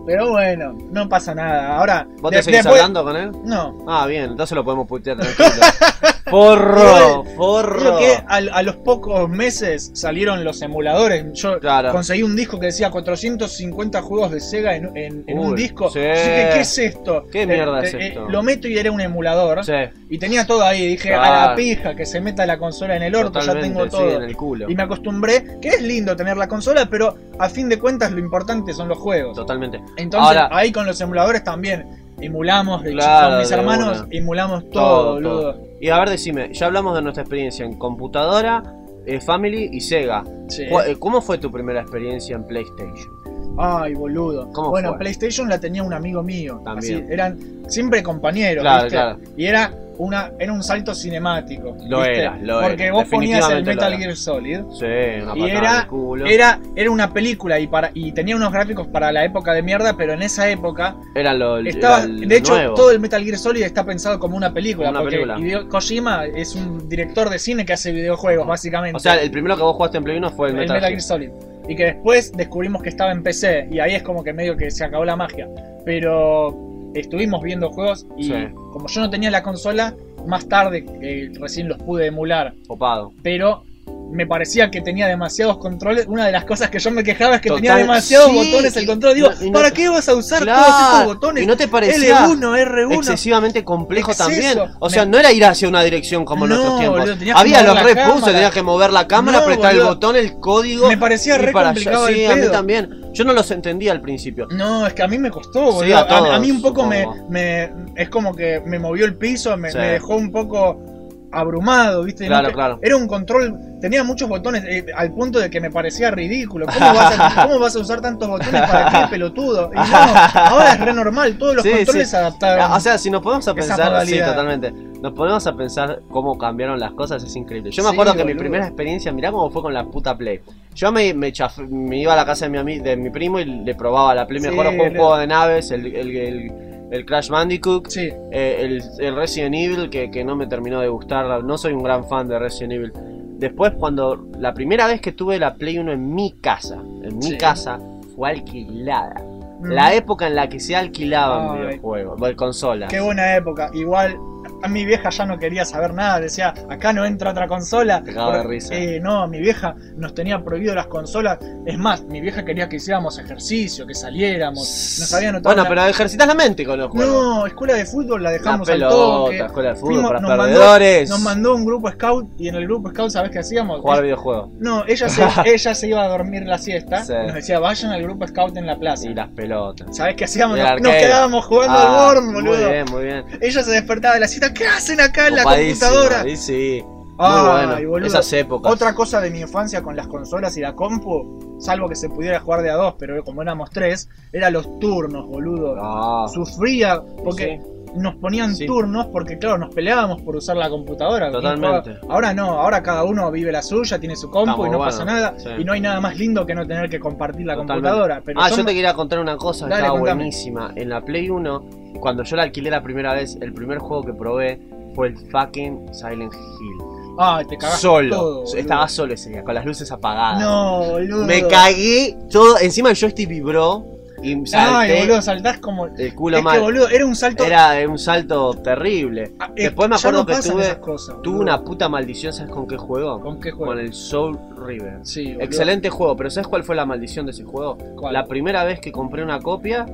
Speaker 2: Pero bueno, no pasa nada. Ahora.
Speaker 3: ¿Vos te
Speaker 2: de-
Speaker 3: seguís
Speaker 2: después-
Speaker 3: hablando con él?
Speaker 2: No.
Speaker 3: Ah, bien, entonces lo podemos putear tranquilo. Forro, forro.
Speaker 2: Creo que a, a los pocos meses salieron los emuladores. Yo
Speaker 3: Claro.
Speaker 2: conseguí un disco que decía 450 juegos de Sega en, en- en un
Speaker 3: Uy,
Speaker 2: disco.
Speaker 3: sí.
Speaker 2: Yo dije, ¿qué es esto? Eh,
Speaker 3: ¿Qué mierda es esto?
Speaker 2: lo meto y era un emulador.
Speaker 3: Sí,
Speaker 2: Y tenía todo ahí. Dije, a
Speaker 3: Claro.
Speaker 2: la pija, que se meta la consola en el orto, ya
Speaker 3: totalmente,
Speaker 2: tengo
Speaker 3: sí,
Speaker 2: todo.
Speaker 3: en el culo.
Speaker 2: y me acostumbré, que es lindo tener la consola, pero a fin de cuentas lo importante son los juegos.
Speaker 3: Totalmente.
Speaker 2: Entonces
Speaker 3: Ahora-
Speaker 2: ahí con los emuladores también. Emulamos, de
Speaker 3: Claro,
Speaker 2: con mis
Speaker 3: de
Speaker 2: hermanos,
Speaker 3: una.
Speaker 2: emulamos todo,
Speaker 3: Todo,
Speaker 2: boludo.
Speaker 3: todo. Y a ver, decime, ya hablamos de nuestra experiencia en computadora, eh, Family y Sega.
Speaker 2: Sí.
Speaker 3: Cu- eh, ¿Cómo fue tu primera experiencia en PlayStation?
Speaker 2: Ay, boludo.
Speaker 3: ¿Cómo
Speaker 2: bueno,
Speaker 3: fue?
Speaker 2: PlayStation la tenía un amigo mío.
Speaker 3: También.
Speaker 2: Así, eran siempre compañeros.
Speaker 3: Claro,
Speaker 2: ¿viste?
Speaker 3: claro.
Speaker 2: Y era una, era un salto cinemático.
Speaker 3: Lo
Speaker 2: ¿viste?
Speaker 3: era, lo
Speaker 2: Porque
Speaker 3: era,
Speaker 2: vos ponías el
Speaker 3: definitivamente lo
Speaker 2: Metal
Speaker 3: era.
Speaker 2: Gear Solid.
Speaker 3: Sí, una
Speaker 2: Y
Speaker 3: patada en
Speaker 2: era-
Speaker 3: el culo.
Speaker 2: Era, era una película y, para, y tenía unos gráficos para la época de mierda, pero en esa época
Speaker 3: Era lo
Speaker 2: estaba.
Speaker 3: era lo
Speaker 2: De hecho,
Speaker 3: nuevo.
Speaker 2: todo el Metal Gear Solid está pensado como una película.
Speaker 3: Como una
Speaker 2: porque
Speaker 3: película.
Speaker 2: Hideo Kojima es un director de cine que hace videojuegos, básicamente.
Speaker 3: O sea, el primero que vos jugaste en Play 1 fue el
Speaker 2: el
Speaker 3: Metal, Gear.
Speaker 2: Solid. Y que después descubrimos que estaba en PC. Y ahí es como que medio que se acabó la magia. Pero estuvimos viendo juegos y
Speaker 3: Sí.
Speaker 2: como yo no tenía la consola, más tarde eh, recién los pude emular.
Speaker 3: Copado.
Speaker 2: Pero me parecía que tenía demasiados controles. Una de las cosas que yo me quejaba es que
Speaker 3: Total,
Speaker 2: tenía demasiados
Speaker 3: sí,
Speaker 2: botones el
Speaker 3: y-
Speaker 2: control. Digo,
Speaker 3: no, y no-
Speaker 2: ¿para qué vas a usar todos estos botones?
Speaker 3: y no te parecía
Speaker 2: L1, R1.
Speaker 3: excesivamente complejo
Speaker 2: Exceso.
Speaker 3: también. O
Speaker 2: Me-
Speaker 3: sea, no era ir hacia una dirección como en
Speaker 2: No,
Speaker 3: nuestros tiempos.
Speaker 2: boludo, tenías que
Speaker 3: Había
Speaker 2: mover
Speaker 3: los
Speaker 2: la
Speaker 3: repulsos,
Speaker 2: cámara.
Speaker 3: tenías que mover la cámara,
Speaker 2: No,
Speaker 3: apretar el
Speaker 2: boludo.
Speaker 3: botón, el código.
Speaker 2: Me parecía
Speaker 3: y
Speaker 2: re
Speaker 3: para allá.
Speaker 2: complicado
Speaker 3: Sí,
Speaker 2: el
Speaker 3: a mí
Speaker 2: pedo.
Speaker 3: también. Yo no los entendía al principio.
Speaker 2: No, es que a mí me costó,
Speaker 3: Sí,
Speaker 2: boludo.
Speaker 3: a
Speaker 2: a, a
Speaker 3: todos,
Speaker 2: mí un poco me,
Speaker 3: supongo.
Speaker 2: me- Es como que me movió el piso, me,
Speaker 3: Sí.
Speaker 2: me dejó un poco abrumado, ¿viste? No
Speaker 3: Claro,
Speaker 2: te-
Speaker 3: claro.
Speaker 2: Era un control. Tenía muchos botones eh, al punto de que me parecía ridículo. ¿Cómo vas, a, cómo vas a usar tantos botones para qué pelotudo? Y no, ahora es re normal, todos los
Speaker 3: Sí,
Speaker 2: controles
Speaker 3: sí.
Speaker 2: adaptados.
Speaker 3: O sea, si nos ponemos a
Speaker 2: Ah, Esa
Speaker 3: pensar, sí,
Speaker 2: modalidad.
Speaker 3: totalmente. Nos ponemos a pensar cómo cambiaron las cosas, es increíble. Yo me
Speaker 2: Sí,
Speaker 3: acuerdo que mi
Speaker 2: boludo.
Speaker 3: primera experiencia, mirá cómo fue con la puta Play. Yo me, me, chaf- me iba a la casa de mi, ami- de mi primo y le probaba la Play. Me
Speaker 2: Sí,
Speaker 3: acuerdo que fue un
Speaker 2: re-
Speaker 3: juego de naves, el, el, el- el Crash Bandicoot,
Speaker 2: sí,
Speaker 3: eh, el, el Resident Evil, que, que no me terminó de gustar. No soy un gran fan de Resident Evil. Después, cuando la primera vez que tuve la Play 1 en mi casa, en mi
Speaker 2: Sí.
Speaker 3: casa, fue alquilada.
Speaker 2: Mm,
Speaker 3: La época en la que se alquilaban
Speaker 2: Ay.
Speaker 3: videojuegos, bueno, consolas.
Speaker 2: qué buena época. Igual. A mi vieja ya no quería saber nada, decía, acá no entra otra consola.
Speaker 3: Te cagaba de risa.
Speaker 2: Eh, no, mi vieja nos tenía prohibido las consolas. Es más, mi vieja quería que hiciéramos ejercicio, que saliéramos. Nos había anotado.
Speaker 3: Bueno,
Speaker 2: una-
Speaker 3: pero ejercitas la mente con los juegos.
Speaker 2: No, escuela de fútbol
Speaker 3: Una
Speaker 2: la dejamos al toque.
Speaker 3: pelota, escuela de fútbol
Speaker 2: Fuimos-
Speaker 3: para
Speaker 2: nos mandó-
Speaker 3: perdedores.
Speaker 2: Nos mandó un grupo scout y en el grupo scout, ¿sabes qué hacíamos?
Speaker 3: Jugar
Speaker 2: Es-
Speaker 3: videojuegos.
Speaker 2: No, ella se, ella se iba a dormir la siesta.
Speaker 3: Sí.
Speaker 2: y Nos decía, vayan al grupo scout en la plaza.
Speaker 3: Y las pelotas.
Speaker 2: ¿Sabes qué hacíamos?
Speaker 3: Y el
Speaker 2: Nos, nos
Speaker 3: arcade.
Speaker 2: quedábamos jugando
Speaker 3: Ah,
Speaker 2: al Worm,
Speaker 3: Muy
Speaker 2: boludo.
Speaker 3: bien, muy bien.
Speaker 2: Ella se despertaba de la siesta. ¿Qué hacen acá en la
Speaker 3: Copadísimo,
Speaker 2: computadora?
Speaker 3: ahí sí.
Speaker 2: Ay,
Speaker 3: muy bueno.
Speaker 2: boludo.
Speaker 3: Esas épocas.
Speaker 2: Otra cosa de mi infancia con las consolas y la compu, salvo que se pudiera jugar de a dos, pero como éramos tres, era los turnos, boludo.
Speaker 3: Ah,
Speaker 2: Sufría porque nos ponían
Speaker 3: Sí.
Speaker 2: turnos porque, claro, nos peleábamos por usar la computadora.
Speaker 3: Totalmente.
Speaker 2: Ahora- Ahora no, ahora cada uno vive la suya, tiene su compu
Speaker 3: Está muy
Speaker 2: y no
Speaker 3: bueno,
Speaker 2: pasa nada.
Speaker 3: sí.
Speaker 2: Y no hay nada más lindo que no tener que compartir la
Speaker 3: Totalmente.
Speaker 2: computadora. Pero
Speaker 3: ah,
Speaker 2: yo
Speaker 3: yo
Speaker 2: no-
Speaker 3: te quería contar una cosa que
Speaker 2: Dale,
Speaker 3: estaba
Speaker 2: contame.
Speaker 3: buenísima. En la Play 1, cuando yo la alquilé la primera vez, el primer juego que probé fue el fucking Silent Hill.
Speaker 2: Ah, te cagaste
Speaker 3: Solo.
Speaker 2: todo, boludo.
Speaker 3: Estaba solo ese día, con las luces apagadas.
Speaker 2: No, boludo.
Speaker 3: Me cagué todo. Encima el joystick vibró y
Speaker 2: Ay,
Speaker 3: salté
Speaker 2: boludo, saltás como...
Speaker 3: el culo
Speaker 2: es
Speaker 3: mal.
Speaker 2: que, boludo, era un salto...
Speaker 3: Era un salto terrible.
Speaker 2: Ah, eh,
Speaker 3: Después me
Speaker 2: ya
Speaker 3: acuerdo
Speaker 2: no
Speaker 3: que
Speaker 2: pasan
Speaker 3: tuve-
Speaker 2: esas cosas,
Speaker 3: Tuve
Speaker 2: boludo.
Speaker 3: una puta maldición, ¿sabes con qué juego?
Speaker 2: ¿Con qué juego?
Speaker 3: Con el Soul River.
Speaker 2: Sí, boludo.
Speaker 3: Excelente juego, pero ¿sabes cuál fue la maldición de ese juego?
Speaker 2: ¿Cuál?
Speaker 3: La primera vez que compré una copia,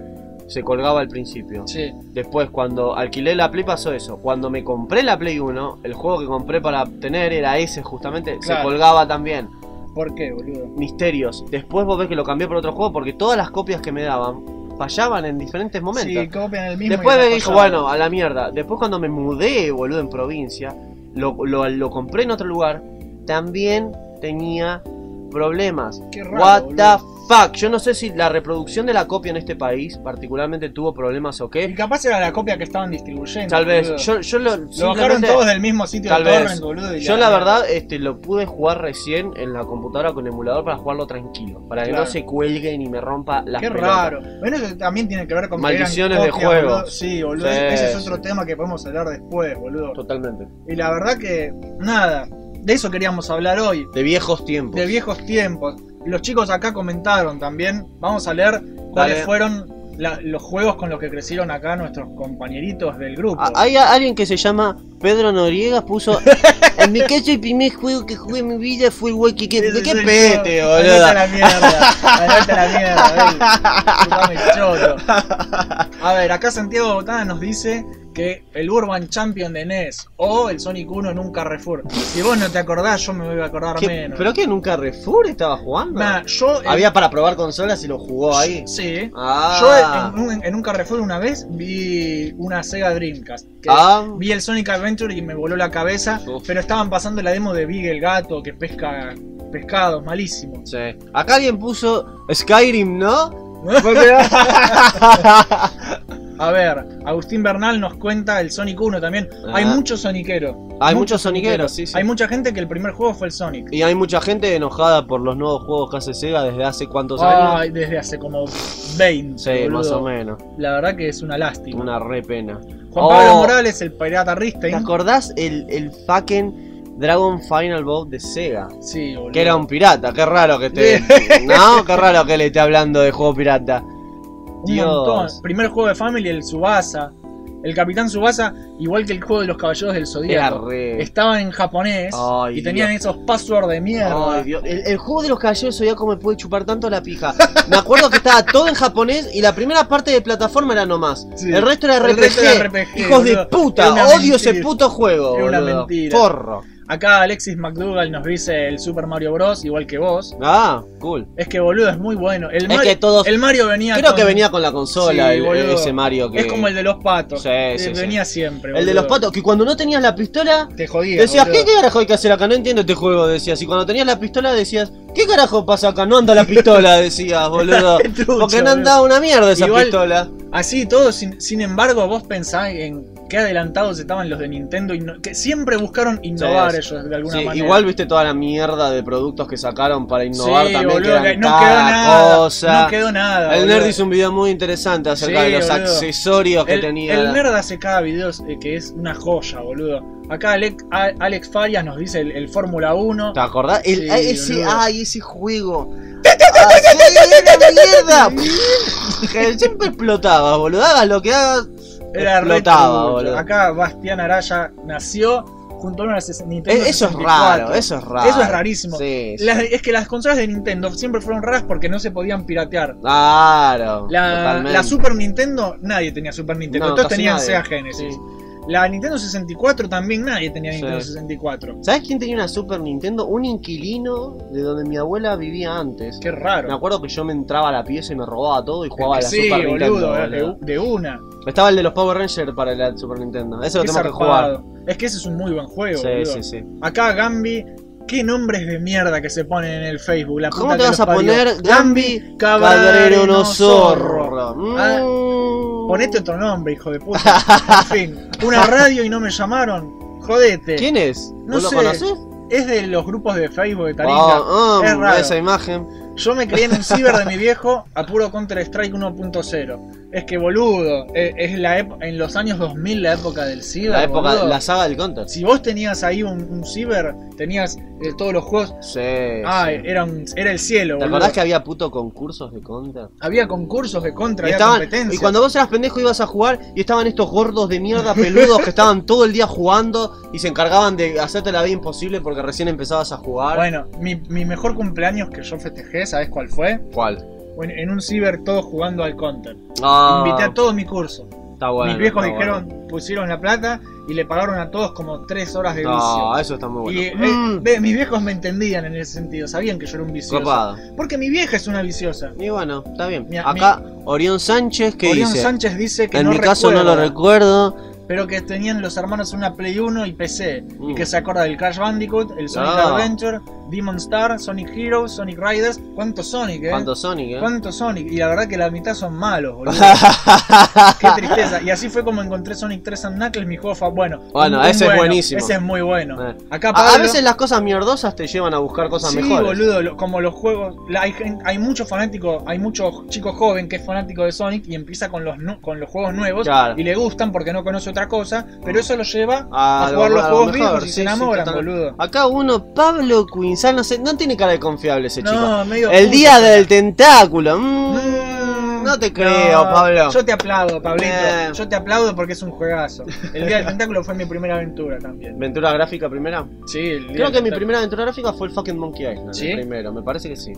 Speaker 3: se colgaba al principio.
Speaker 2: Sí.
Speaker 3: Después, cuando alquilé la Play, pasó eso. Cuando me compré la Play 1, el juego que compré para tener era ese justamente, se
Speaker 2: Claro.
Speaker 3: colgaba también.
Speaker 2: ¿Por qué, boludo?
Speaker 3: misterios. Después vos ves que lo cambié por otro juego porque todas las copias que me daban fallaban en diferentes momentos.
Speaker 2: Sí, copian el mismo.
Speaker 3: Después
Speaker 2: y
Speaker 3: me
Speaker 2: la
Speaker 3: dijo,
Speaker 2: pasaban.
Speaker 3: bueno, a la mierda. Después cuando me mudé, boludo, en provincia, lo, lo- lo compré en otro lugar, también tenía problemas.
Speaker 2: Qué raro,
Speaker 3: What
Speaker 2: boludo.
Speaker 3: the fuck. Yo no sé si la reproducción de la copia en este país particularmente tuvo problemas o
Speaker 2: Y
Speaker 3: qué.
Speaker 2: capaz era la copia que estaban distribuyendo.
Speaker 3: Tal vez.
Speaker 2: boludo.
Speaker 3: Yo, yo lo,
Speaker 2: Lo bajaron
Speaker 3: simplemente-
Speaker 2: todos del mismo sitio
Speaker 3: Tal
Speaker 2: de
Speaker 3: vez.
Speaker 2: torrent, boludo. y
Speaker 3: yo la verdad este, lo pude jugar recién en la computadora con emulador para jugarlo tranquilo, para que
Speaker 2: Claro.
Speaker 3: no se cuelgue ni me rompa las
Speaker 2: Qué
Speaker 3: pelotas.
Speaker 2: raro. Bueno, eso también tiene que ver con que eran
Speaker 3: Maldiciones de
Speaker 2: copias,
Speaker 3: juegos.
Speaker 2: boludo. Sí, boludo.
Speaker 3: Sí,
Speaker 2: ese es
Speaker 3: sí.
Speaker 2: otro tema que podemos hablar después, boludo.
Speaker 3: Totalmente.
Speaker 2: Y la verdad que, nada, de eso queríamos hablar hoy.
Speaker 3: De viejos tiempos.
Speaker 2: De viejos tiempos. Los chicos acá comentaron también. Vamos a leer cuáles fueron la- los juegos con los que crecieron acá nuestros compañeritos del grupo.
Speaker 4: Ah, Hay a- alguien que se llama Pedro Noriega, puso... En mi caso el primer juego que jugué en mi vida fue el Wacky Game". ¿De qué
Speaker 2: Ese
Speaker 4: pe-
Speaker 2: soy yo.
Speaker 3: pete,
Speaker 2: Andate
Speaker 3: boludo.
Speaker 2: a la mierda. Andate a la mierda, ey. Chupame choto. A ver, acá Santiago Botana nos dice que el Urban Champion de NES o el Sonic 1 en un Carrefour. Si vos no te acordás, yo me voy a acordar
Speaker 3: ¿Qué-
Speaker 2: menos.
Speaker 3: ¿Pero que nunca Refur estaba jugando?
Speaker 2: Nah, yo. eh,
Speaker 3: Había para probar consolas y lo jugó ahí.
Speaker 2: Sí.
Speaker 3: Ah,
Speaker 2: Yo en un, en un Carrefour una vez vi una Sega Dreamcast. que
Speaker 3: Ah.
Speaker 2: Vi el Sonic Adventure y me voló la cabeza,
Speaker 3: Uf.
Speaker 2: pero estaban pasando la demo de Big el gato que pesca pescados, malísimo.
Speaker 3: Sí. Acá alguien puso Skyrim, ¿no?
Speaker 2: A ver, Agustín Bernal nos cuenta el Sonic 1 también. Hay
Speaker 3: Ah.
Speaker 2: muchos soniqueros.
Speaker 3: Hay muchos soniqueros, sí, sí.
Speaker 2: Hay mucha gente que el primer juego fue el Sonic.
Speaker 3: Y hay mucha gente enojada por los nuevos juegos que hace Sega desde hace cuántos años.
Speaker 2: Ay, desde hace como 20.
Speaker 3: Sí, más
Speaker 2: boludo.
Speaker 3: o menos.
Speaker 2: La verdad que es una lástima.
Speaker 3: Una re pena.
Speaker 2: Juan Pablo
Speaker 3: Oh.
Speaker 2: Morales, el pirata
Speaker 3: ¿Te
Speaker 2: Ristein.
Speaker 3: acordás el, el fucking Dragon Final Boat de Sega?
Speaker 2: Sí, boludo.
Speaker 3: Que era un pirata, qué raro que esté. no, qué raro que le esté hablando de juego pirata.
Speaker 2: Un
Speaker 3: Dios.
Speaker 2: montón. Primer juego de Family, el Subasa. El Capitán Subasa, igual que el juego de los Caballeros del
Speaker 3: Era
Speaker 2: Zodíaco.
Speaker 3: re.
Speaker 2: Estaba en japonés
Speaker 3: Ay,
Speaker 2: y tenían
Speaker 3: Dios.
Speaker 2: esos passwords de mierda.
Speaker 3: Ay, Dios. El, el juego de los caballeros zodiacos me puede chupar tanto la pija. Me acuerdo que estaba todo en japonés y la primera parte de plataforma era nomás.
Speaker 2: Sí.
Speaker 3: El resto era
Speaker 2: El
Speaker 3: RPG.
Speaker 2: resto era RPG,
Speaker 3: Hijos de
Speaker 2: boludo.
Speaker 3: puta,
Speaker 2: Era una
Speaker 3: odio
Speaker 2: mentira.
Speaker 3: ese puto juego.
Speaker 2: Era una
Speaker 3: boludo.
Speaker 2: mentira.
Speaker 3: Forro.
Speaker 2: Acá Alexis McDougall nos dice el Super Mario Bros. igual que vos.
Speaker 3: Ah, cool.
Speaker 2: Es que boludo es muy bueno. El
Speaker 3: Es
Speaker 2: Mario,
Speaker 3: que todos-
Speaker 2: el Mario venía.
Speaker 3: Creo
Speaker 2: con-
Speaker 3: que venía con la consola
Speaker 2: Sí,
Speaker 3: el-
Speaker 2: boludo.
Speaker 3: ese Mario que.
Speaker 2: Es como el de los patos.
Speaker 3: Sí,
Speaker 2: Eh,
Speaker 3: sí, sí.
Speaker 2: venía siempre.
Speaker 3: El de
Speaker 2: boludo.
Speaker 3: los patos, que cuando no tenías la pistola,
Speaker 2: Te jodía.
Speaker 3: decías,
Speaker 2: boludo.
Speaker 3: ¿qué carajo hay que hacer acá? No entiendo este juego, decías. Y cuando tenías la pistola, decías, ¿qué carajo pasa acá? No anda la pistola, decías, boludo.
Speaker 2: Qué trucho,
Speaker 3: Porque no
Speaker 2: boludo.
Speaker 3: andaba una mierda esa
Speaker 2: Igual-
Speaker 3: pistola.
Speaker 2: Así y todo, sin, sin embargo, vos pensás en qué adelantados estaban los de Nintendo. inno- que siempre buscaron innovar
Speaker 3: Sí,
Speaker 2: ellos de alguna
Speaker 3: Sí,
Speaker 2: manera.
Speaker 3: igual viste toda la mierda de productos que sacaron para
Speaker 2: Sí,
Speaker 3: innovar también.
Speaker 2: boludo,
Speaker 3: que eran
Speaker 2: no quedó
Speaker 3: cada
Speaker 2: nada.
Speaker 3: cosa.
Speaker 2: No quedó nada.
Speaker 3: el
Speaker 2: boludo.
Speaker 3: Nerd hizo un video muy interesante acerca
Speaker 2: Sí,
Speaker 3: de los
Speaker 2: boludo.
Speaker 3: accesorios que
Speaker 2: El-
Speaker 3: tenía.
Speaker 2: el nerd hace cada video eh, que es una joya, boludo. Acá Alex, A- Alex Farias nos dice el, el Fórmula 1.
Speaker 3: ¿Te acordás? El,
Speaker 2: Sí,
Speaker 3: ah, ese,
Speaker 2: boludo.
Speaker 3: ay, ese juego. Ah, sí, era mierda! Que Siempre explotaba, boludo. Hagas lo que hagas.
Speaker 2: Era re
Speaker 3: explotaba,
Speaker 2: trucho.
Speaker 3: boludo.
Speaker 2: Acá Bastián Araya nació junto a una ses- Nintendo
Speaker 3: Eh, Eso es
Speaker 2: 64.
Speaker 3: raro, eso es raro.
Speaker 2: Eso es rarísimo.
Speaker 3: Sí, sí.
Speaker 2: Las- es que las consolas de Nintendo siempre fueron raras porque no se podían piratear.
Speaker 3: Claro.
Speaker 2: La,
Speaker 3: totalmente.
Speaker 2: la Super Nintendo, nadie tenía Super Nintendo,
Speaker 3: No,
Speaker 2: todos
Speaker 3: casi
Speaker 2: tenían
Speaker 3: nadie.
Speaker 2: Sega Genesis.
Speaker 3: Sí.
Speaker 2: La Nintendo 64 también nadie tenía
Speaker 3: Sí.
Speaker 2: Nintendo 64.
Speaker 3: ¿Sabes quién tenía una Super Nintendo? Un inquilino de donde mi abuela vivía antes.
Speaker 2: Qué
Speaker 3: Me
Speaker 2: raro.
Speaker 3: acuerdo que yo me entraba a la pieza y me robaba todo y jugaba a la
Speaker 2: sí,
Speaker 3: Super Nintendo.
Speaker 2: boludo, eh, de-
Speaker 3: boludo.
Speaker 2: de una.
Speaker 3: Estaba el de los Power Rangers para la Super Nintendo. Ese lo
Speaker 2: Qué
Speaker 3: tenemos que
Speaker 2: zarpado.
Speaker 3: jugar.
Speaker 2: Es que ese es un muy buen juego,
Speaker 3: Sí,
Speaker 2: boludo.
Speaker 3: sí, sí.
Speaker 2: Acá Gambi, qué nombres de mierda que se ponen en el Facebook. La
Speaker 4: ¿Cómo
Speaker 2: puta
Speaker 4: te
Speaker 2: que
Speaker 4: vas
Speaker 2: los
Speaker 4: a
Speaker 2: parió.
Speaker 4: poner
Speaker 2: Gambi
Speaker 3: Cabrero
Speaker 2: Cabrero
Speaker 3: no
Speaker 2: no
Speaker 3: zorro.
Speaker 2: zorro? Ah,
Speaker 3: Mm.
Speaker 2: Ponete otro nombre, hijo de puta. En fin, una radio y no me llamaron. Jodete.
Speaker 3: ¿Quién es?
Speaker 2: No
Speaker 3: ¿Vos
Speaker 2: sé.
Speaker 3: lo conoces?
Speaker 2: Es de los grupos de Facebook de Taringa.
Speaker 3: Ah, ah,
Speaker 2: Es raro.
Speaker 3: esa imagen.
Speaker 2: Yo me crié en un ciber de mi viejo a puro Counter Strike 1.0. Es que boludo, eh, es la ep- en los años 2000 la época del ciber.
Speaker 3: La época,
Speaker 2: boludo.
Speaker 3: la saga del Counter.
Speaker 2: Si vos tenías ahí un, un ciber, tenías eh, todos los juegos.
Speaker 3: Sí.
Speaker 2: Ah,
Speaker 3: sí.
Speaker 2: era, un- era el cielo,
Speaker 3: ¿Te
Speaker 2: boludo.
Speaker 3: acordás que había puto concursos de Counter?
Speaker 2: Había concursos de
Speaker 3: Y,
Speaker 2: contra, había
Speaker 3: estaban-
Speaker 2: competencia.
Speaker 3: y cuando vos eras pendejo ibas a jugar y estaban estos gordos de mierda peludos que estaban todo el día jugando y se encargaban de hacerte la vida imposible porque recién empezabas a jugar.
Speaker 2: Bueno, mi, mi mejor cumpleaños que yo festejé, ¿sabes cuál fue?
Speaker 3: ¿Cuál?
Speaker 2: En, en un ciber todos jugando al counter.
Speaker 3: Ah,
Speaker 2: Invité a todo mi curso.
Speaker 3: está bueno,
Speaker 2: Mis viejos
Speaker 3: está
Speaker 2: dijeron,
Speaker 3: bueno.
Speaker 2: pusieron la plata y le pagaron a todos como tres horas de
Speaker 3: No,
Speaker 2: vicio.
Speaker 3: Ah, eso está muy bueno.
Speaker 2: Y eh,
Speaker 3: Mm,
Speaker 2: ve, mis viejos me entendían en ese sentido, sabían que yo era un vicioso.
Speaker 3: copado.
Speaker 2: Porque mi vieja es una viciosa.
Speaker 3: Y bueno, está bien.
Speaker 2: Mi-
Speaker 3: Acá, Orión Sánchez, que
Speaker 2: Orión
Speaker 3: dice?
Speaker 2: Sánchez dice que
Speaker 3: en
Speaker 2: no
Speaker 3: mi caso no lo
Speaker 2: recuerda.
Speaker 3: recuerdo.
Speaker 2: pero que tenían los hermanos una Play 1 y PC,
Speaker 3: Mm.
Speaker 2: y que se acuerda del Crash Bandicoot, el Sonic
Speaker 3: Ah.
Speaker 2: Adventure, Demon Star, Sonic Heroes, Sonic Riders, ¿cuántos Sonic, eh?
Speaker 3: ¿Cuánto Sonic, eh?
Speaker 2: ¿Cuánto Sonic? Y la verdad que la mitad son malos, boludo. Qué tristeza. Y así fue como encontré Sonic 3 and Knuckles, mi juego fue bueno.
Speaker 3: Bueno, ese es buenísimo.
Speaker 2: Ese es muy bueno.
Speaker 3: Eh.
Speaker 2: Acá
Speaker 3: A-
Speaker 2: Pablo,
Speaker 3: a, veces las cosas mierdosas te llevan a buscar cosas
Speaker 2: sí,
Speaker 3: mejores.
Speaker 2: boludo, lo- como los juegos, la- hay, gen- hay muchos fanáticos, hay muchos chicos joven que es fanático de Sonic y empieza con los nu- con los juegos nuevos
Speaker 3: Claro.
Speaker 2: y le gustan porque no conoce otra cosa, pero eso lo lleva
Speaker 3: A
Speaker 2: a,
Speaker 3: lo-
Speaker 2: jugar los
Speaker 3: a lo
Speaker 2: juegos
Speaker 3: mejor,
Speaker 2: viejos
Speaker 3: sí,
Speaker 2: y se
Speaker 3: sí,
Speaker 2: enamoran,
Speaker 3: total.
Speaker 2: boludo.
Speaker 3: Acá uno, Pablo Quinzal, no sé, no tiene cara de confiable ese chico.
Speaker 2: No, medio
Speaker 3: El
Speaker 2: puto,
Speaker 3: día
Speaker 2: pero-
Speaker 3: del tentáculo. mm.
Speaker 2: Mm,
Speaker 3: No te creo, Pablo.
Speaker 2: Yo te aplaudo, Pablito.
Speaker 3: Eh.
Speaker 2: Yo te aplaudo porque es un juegazo. El Día del Tentáculo fue mi primera aventura también.
Speaker 3: ¿Aventura gráfica primera?
Speaker 2: Sí,
Speaker 3: Creo
Speaker 2: el Día del
Speaker 3: que mi
Speaker 2: Tentáculo.
Speaker 3: primera aventura gráfica fue el fucking Monkey Island.
Speaker 2: ¿Sí?
Speaker 3: El primero, me parece que sí.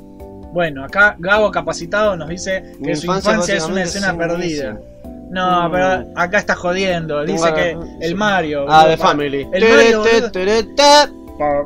Speaker 2: Bueno, acá Gabo Capacitado nos dice que
Speaker 3: Mi
Speaker 2: su infancia es una
Speaker 3: básicamente
Speaker 2: escena
Speaker 3: sí,
Speaker 2: perdida.
Speaker 3: sí.
Speaker 2: No,
Speaker 3: Mm.
Speaker 2: pero acá está jodiendo. Dice
Speaker 3: Tengo-
Speaker 2: que
Speaker 3: sí.
Speaker 2: el Mario.
Speaker 3: Ah,
Speaker 2: boludo,
Speaker 3: de
Speaker 2: pa-
Speaker 3: Family.
Speaker 2: El Mario,
Speaker 3: Tere,
Speaker 2: boludo.
Speaker 3: tere, tere.
Speaker 2: pa-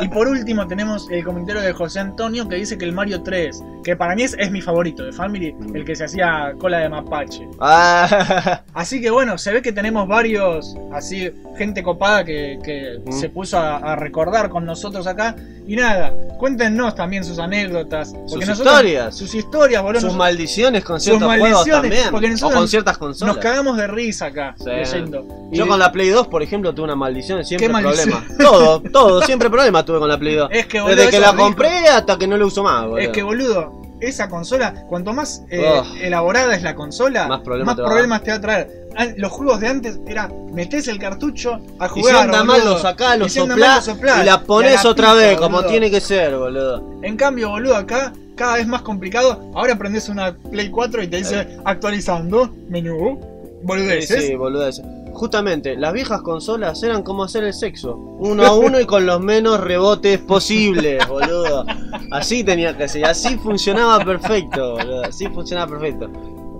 Speaker 2: y por último tenemos el comentario de José Antonio que dice que el Mario 3, que para mí es, es mi favorito de Family,
Speaker 3: Mm.
Speaker 2: el que se hacía cola de mapache.
Speaker 3: Ah,
Speaker 2: Así que bueno, se ve que tenemos varios, así, gente copada que, que
Speaker 3: Mm.
Speaker 2: se puso a, a recordar con nosotros acá. Y nada, cuéntenos también sus anécdotas. porque
Speaker 3: Sus historias.
Speaker 2: Sus historias, boludo.
Speaker 3: sus
Speaker 2: nos-
Speaker 3: maldiciones con
Speaker 2: sus
Speaker 3: ciertos
Speaker 2: maldiciones,
Speaker 3: juegos también.
Speaker 2: porque
Speaker 3: o
Speaker 2: nosotros
Speaker 3: con
Speaker 2: nos-
Speaker 3: ciertas
Speaker 2: nos
Speaker 3: consolas.
Speaker 2: cagamos de risa acá,
Speaker 3: Sí.
Speaker 2: leyendo. Y
Speaker 3: Yo con la Play 2, por ejemplo, tuve una maldición, siempre
Speaker 2: ¿Qué
Speaker 3: problema.
Speaker 2: maldición?
Speaker 3: Todo, todo, siempre problema tuve con la Play 2.
Speaker 2: Es que, boludo,
Speaker 3: Desde que
Speaker 2: eso
Speaker 3: la
Speaker 2: es rico.
Speaker 3: compré hasta que no la uso más, boludo.
Speaker 2: Es que boludo, esa consola, cuanto más eh,
Speaker 3: Oh.
Speaker 2: elaborada es la consola,
Speaker 3: Más
Speaker 2: más
Speaker 3: problemas
Speaker 2: problemas,
Speaker 3: te va a
Speaker 2: te va a traer. Ah, Los juegos de antes era metés el cartucho a
Speaker 3: y si
Speaker 2: jugar.
Speaker 3: anda mal
Speaker 2: boludo.
Speaker 3: lo sacás, lo
Speaker 2: Y si anda mal,
Speaker 3: soplás
Speaker 2: lo soplás.
Speaker 3: y la
Speaker 2: Y
Speaker 3: pones
Speaker 2: a la
Speaker 3: otra
Speaker 2: pija,
Speaker 3: vez, como
Speaker 2: boludo.
Speaker 3: tiene que ser, boludo.
Speaker 2: En cambio, boludo, acá cada vez más complicado. Ahora prendes una Play 4 y te dice actualizando menú.
Speaker 3: Eh. Sí,
Speaker 2: Boludeces.
Speaker 3: sí, boludeces. Justamente, las viejas consolas eran como hacer el sexo, uno a uno y con los menos rebotes posibles, boludo. Así tenía que ser, así funcionaba perfecto, boludo, así funcionaba perfecto.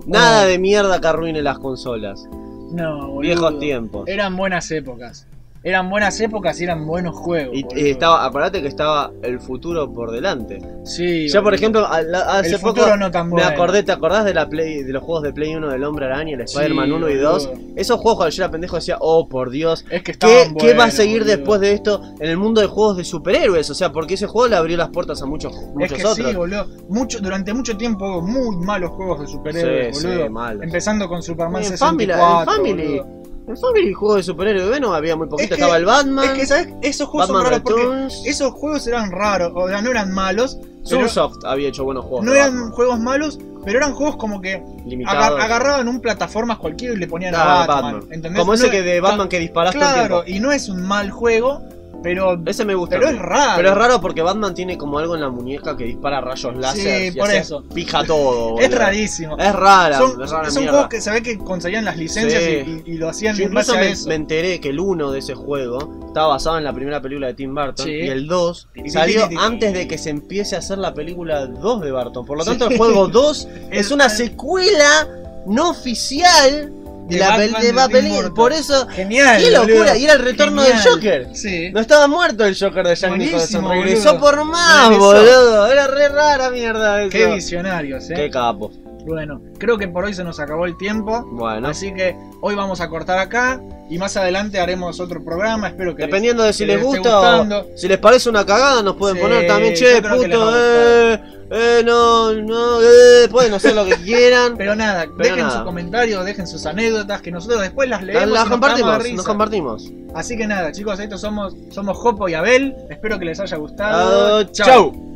Speaker 3: Nada de mierda que arruine las consolas.
Speaker 2: No, boludo. Eh,
Speaker 3: Viejos tiempos.
Speaker 2: Eran buenas épocas. Eran buenas épocas y eran buenos juegos.
Speaker 3: Y,
Speaker 2: boludo.
Speaker 3: y estaba, aparte que estaba el futuro por delante.
Speaker 2: Sí.
Speaker 3: Ya por
Speaker 2: boludo.
Speaker 3: ejemplo, a- la- hace
Speaker 2: el
Speaker 3: poco
Speaker 2: futuro no tan
Speaker 3: me
Speaker 2: bueno.
Speaker 3: acordé, ¿te acordás de la Play, de los juegos de Play 1 del Hombre Araña, el Spider-Man 1 y 2?
Speaker 2: boludo.
Speaker 3: Esos juegos cuando yo era pendejo decía, oh por Dios,
Speaker 2: Es que estaban
Speaker 3: ¿Qué, qué va a
Speaker 2: buenos,
Speaker 3: seguir
Speaker 2: boludo.
Speaker 3: después de esto en el mundo de juegos de superhéroes? O sea, porque ese juego le abrió las puertas a muchos,
Speaker 2: Es
Speaker 3: muchos
Speaker 2: que
Speaker 3: otros.
Speaker 2: sí, boludo. Mucho, durante mucho tiempo hubo muy malos juegos de superhéroes,
Speaker 3: Sí, sí,
Speaker 2: boludo.
Speaker 3: malos.
Speaker 2: Empezando con Superman
Speaker 3: en Family,
Speaker 2: 64.
Speaker 3: en Family,
Speaker 2: boludo.
Speaker 3: en Family el juego de superhéroes, bueno, había muy poquito,
Speaker 2: Es que-
Speaker 3: estaba el Batman,
Speaker 2: Es que, ¿sabes? Esos juegos
Speaker 3: Batman
Speaker 2: son raros porque
Speaker 3: Returns,
Speaker 2: esos juegos eran raros, o sea, no eran malos. pero
Speaker 3: Sunsoft había hecho buenos juegos.
Speaker 2: no
Speaker 3: de
Speaker 2: eran
Speaker 3: Batman,
Speaker 2: juegos malos, pero eran juegos como que
Speaker 3: limitados.
Speaker 2: agar- agarraban un plataformas cualquiera y le ponían
Speaker 3: Ah,
Speaker 2: a Batman.
Speaker 3: Batman.
Speaker 2: ¿entendés?
Speaker 3: Como ese
Speaker 2: No-
Speaker 3: que de Batman que disparás todo el
Speaker 2: Claro,
Speaker 3: tiempo.
Speaker 2: y no es un mal juego, pero.
Speaker 3: Ese me gusta.
Speaker 2: Pero
Speaker 3: a mí.
Speaker 2: es raro.
Speaker 3: Pero es raro porque Batman tiene como algo en la muñeca que dispara rayos láser. y
Speaker 2: por
Speaker 3: hace
Speaker 2: eso.
Speaker 3: Pija todo.
Speaker 2: es
Speaker 3: boludo.
Speaker 2: rarísimo.
Speaker 3: Es rara.
Speaker 2: son
Speaker 3: es rara
Speaker 2: son
Speaker 3: mierda.
Speaker 2: juegos que se ve que conseguían las licencias
Speaker 3: Sí.
Speaker 2: y, y- y lo hacían
Speaker 3: Yo
Speaker 2: en base
Speaker 3: incluso
Speaker 2: a
Speaker 3: me,
Speaker 2: eso.
Speaker 3: me enteré que el 1 de ese juego estaba basado en la primera película de Tim Burton
Speaker 2: Sí.
Speaker 3: y el 2
Speaker 2: Tiri,
Speaker 3: salió
Speaker 2: tiri, tiri.
Speaker 3: antes de que se empiece a hacer la película 2 de Burton. Por lo
Speaker 2: Sí.
Speaker 3: tanto, el juego 2 es
Speaker 2: El-
Speaker 3: una
Speaker 2: el-
Speaker 3: secuela no oficial de,
Speaker 2: De
Speaker 3: la pel-
Speaker 2: Batman
Speaker 3: de
Speaker 2: de
Speaker 3: la
Speaker 2: Tim
Speaker 3: peli.
Speaker 2: Burton.
Speaker 3: Por eso,
Speaker 2: Genial.
Speaker 3: qué locura.
Speaker 2: boludo.
Speaker 3: Y era el retorno
Speaker 2: Genial.
Speaker 3: del Joker.
Speaker 2: Sí.
Speaker 3: No estaba muerto el Joker de Jack
Speaker 2: Buenísimo,
Speaker 3: Nicholson. Regresó
Speaker 2: boludo.
Speaker 3: por más,
Speaker 2: Regresó.
Speaker 3: boludo. Era re rara mierda eso.
Speaker 2: Qué visionarios, eh.
Speaker 3: Qué capo.
Speaker 2: Bueno, creo que por hoy se nos acabó el tiempo.
Speaker 3: Bueno.
Speaker 2: Así que hoy vamos a cortar acá y más adelante haremos otro programa. Espero que. les-
Speaker 3: Dependiendo de si
Speaker 2: que
Speaker 3: les
Speaker 2: les esté
Speaker 3: gusta o
Speaker 2: gustando.
Speaker 3: si les parece una cagada, nos pueden
Speaker 2: Sí,
Speaker 3: poner también,
Speaker 2: yo
Speaker 3: che,
Speaker 2: creo que les va
Speaker 3: puto,
Speaker 2: a
Speaker 3: eh, eh, no, no, eh, pueden hacer lo que quieran.
Speaker 2: Pero nada, dejen
Speaker 3: nada.
Speaker 2: sus comentarios, dejen sus anécdotas, que nosotros después las
Speaker 3: Las,
Speaker 2: leemos.
Speaker 3: las
Speaker 2: y nos cagamos de
Speaker 3: compartimos,
Speaker 2: risa.
Speaker 3: nos compartimos.
Speaker 2: Así que nada, chicos, estos somos, somos Jopo y Abel. Espero que les haya gustado.
Speaker 3: Ah, chau.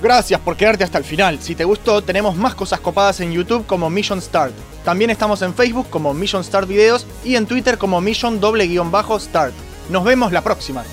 Speaker 1: Gracias por quedarte hasta el final. Si te gustó, tenemos más cosas copadas en YouTube como Mission Start. También estamos en Facebook como Mission Start Videos y en Twitter como Mission doble guión bajo Start. Nos vemos la próxima.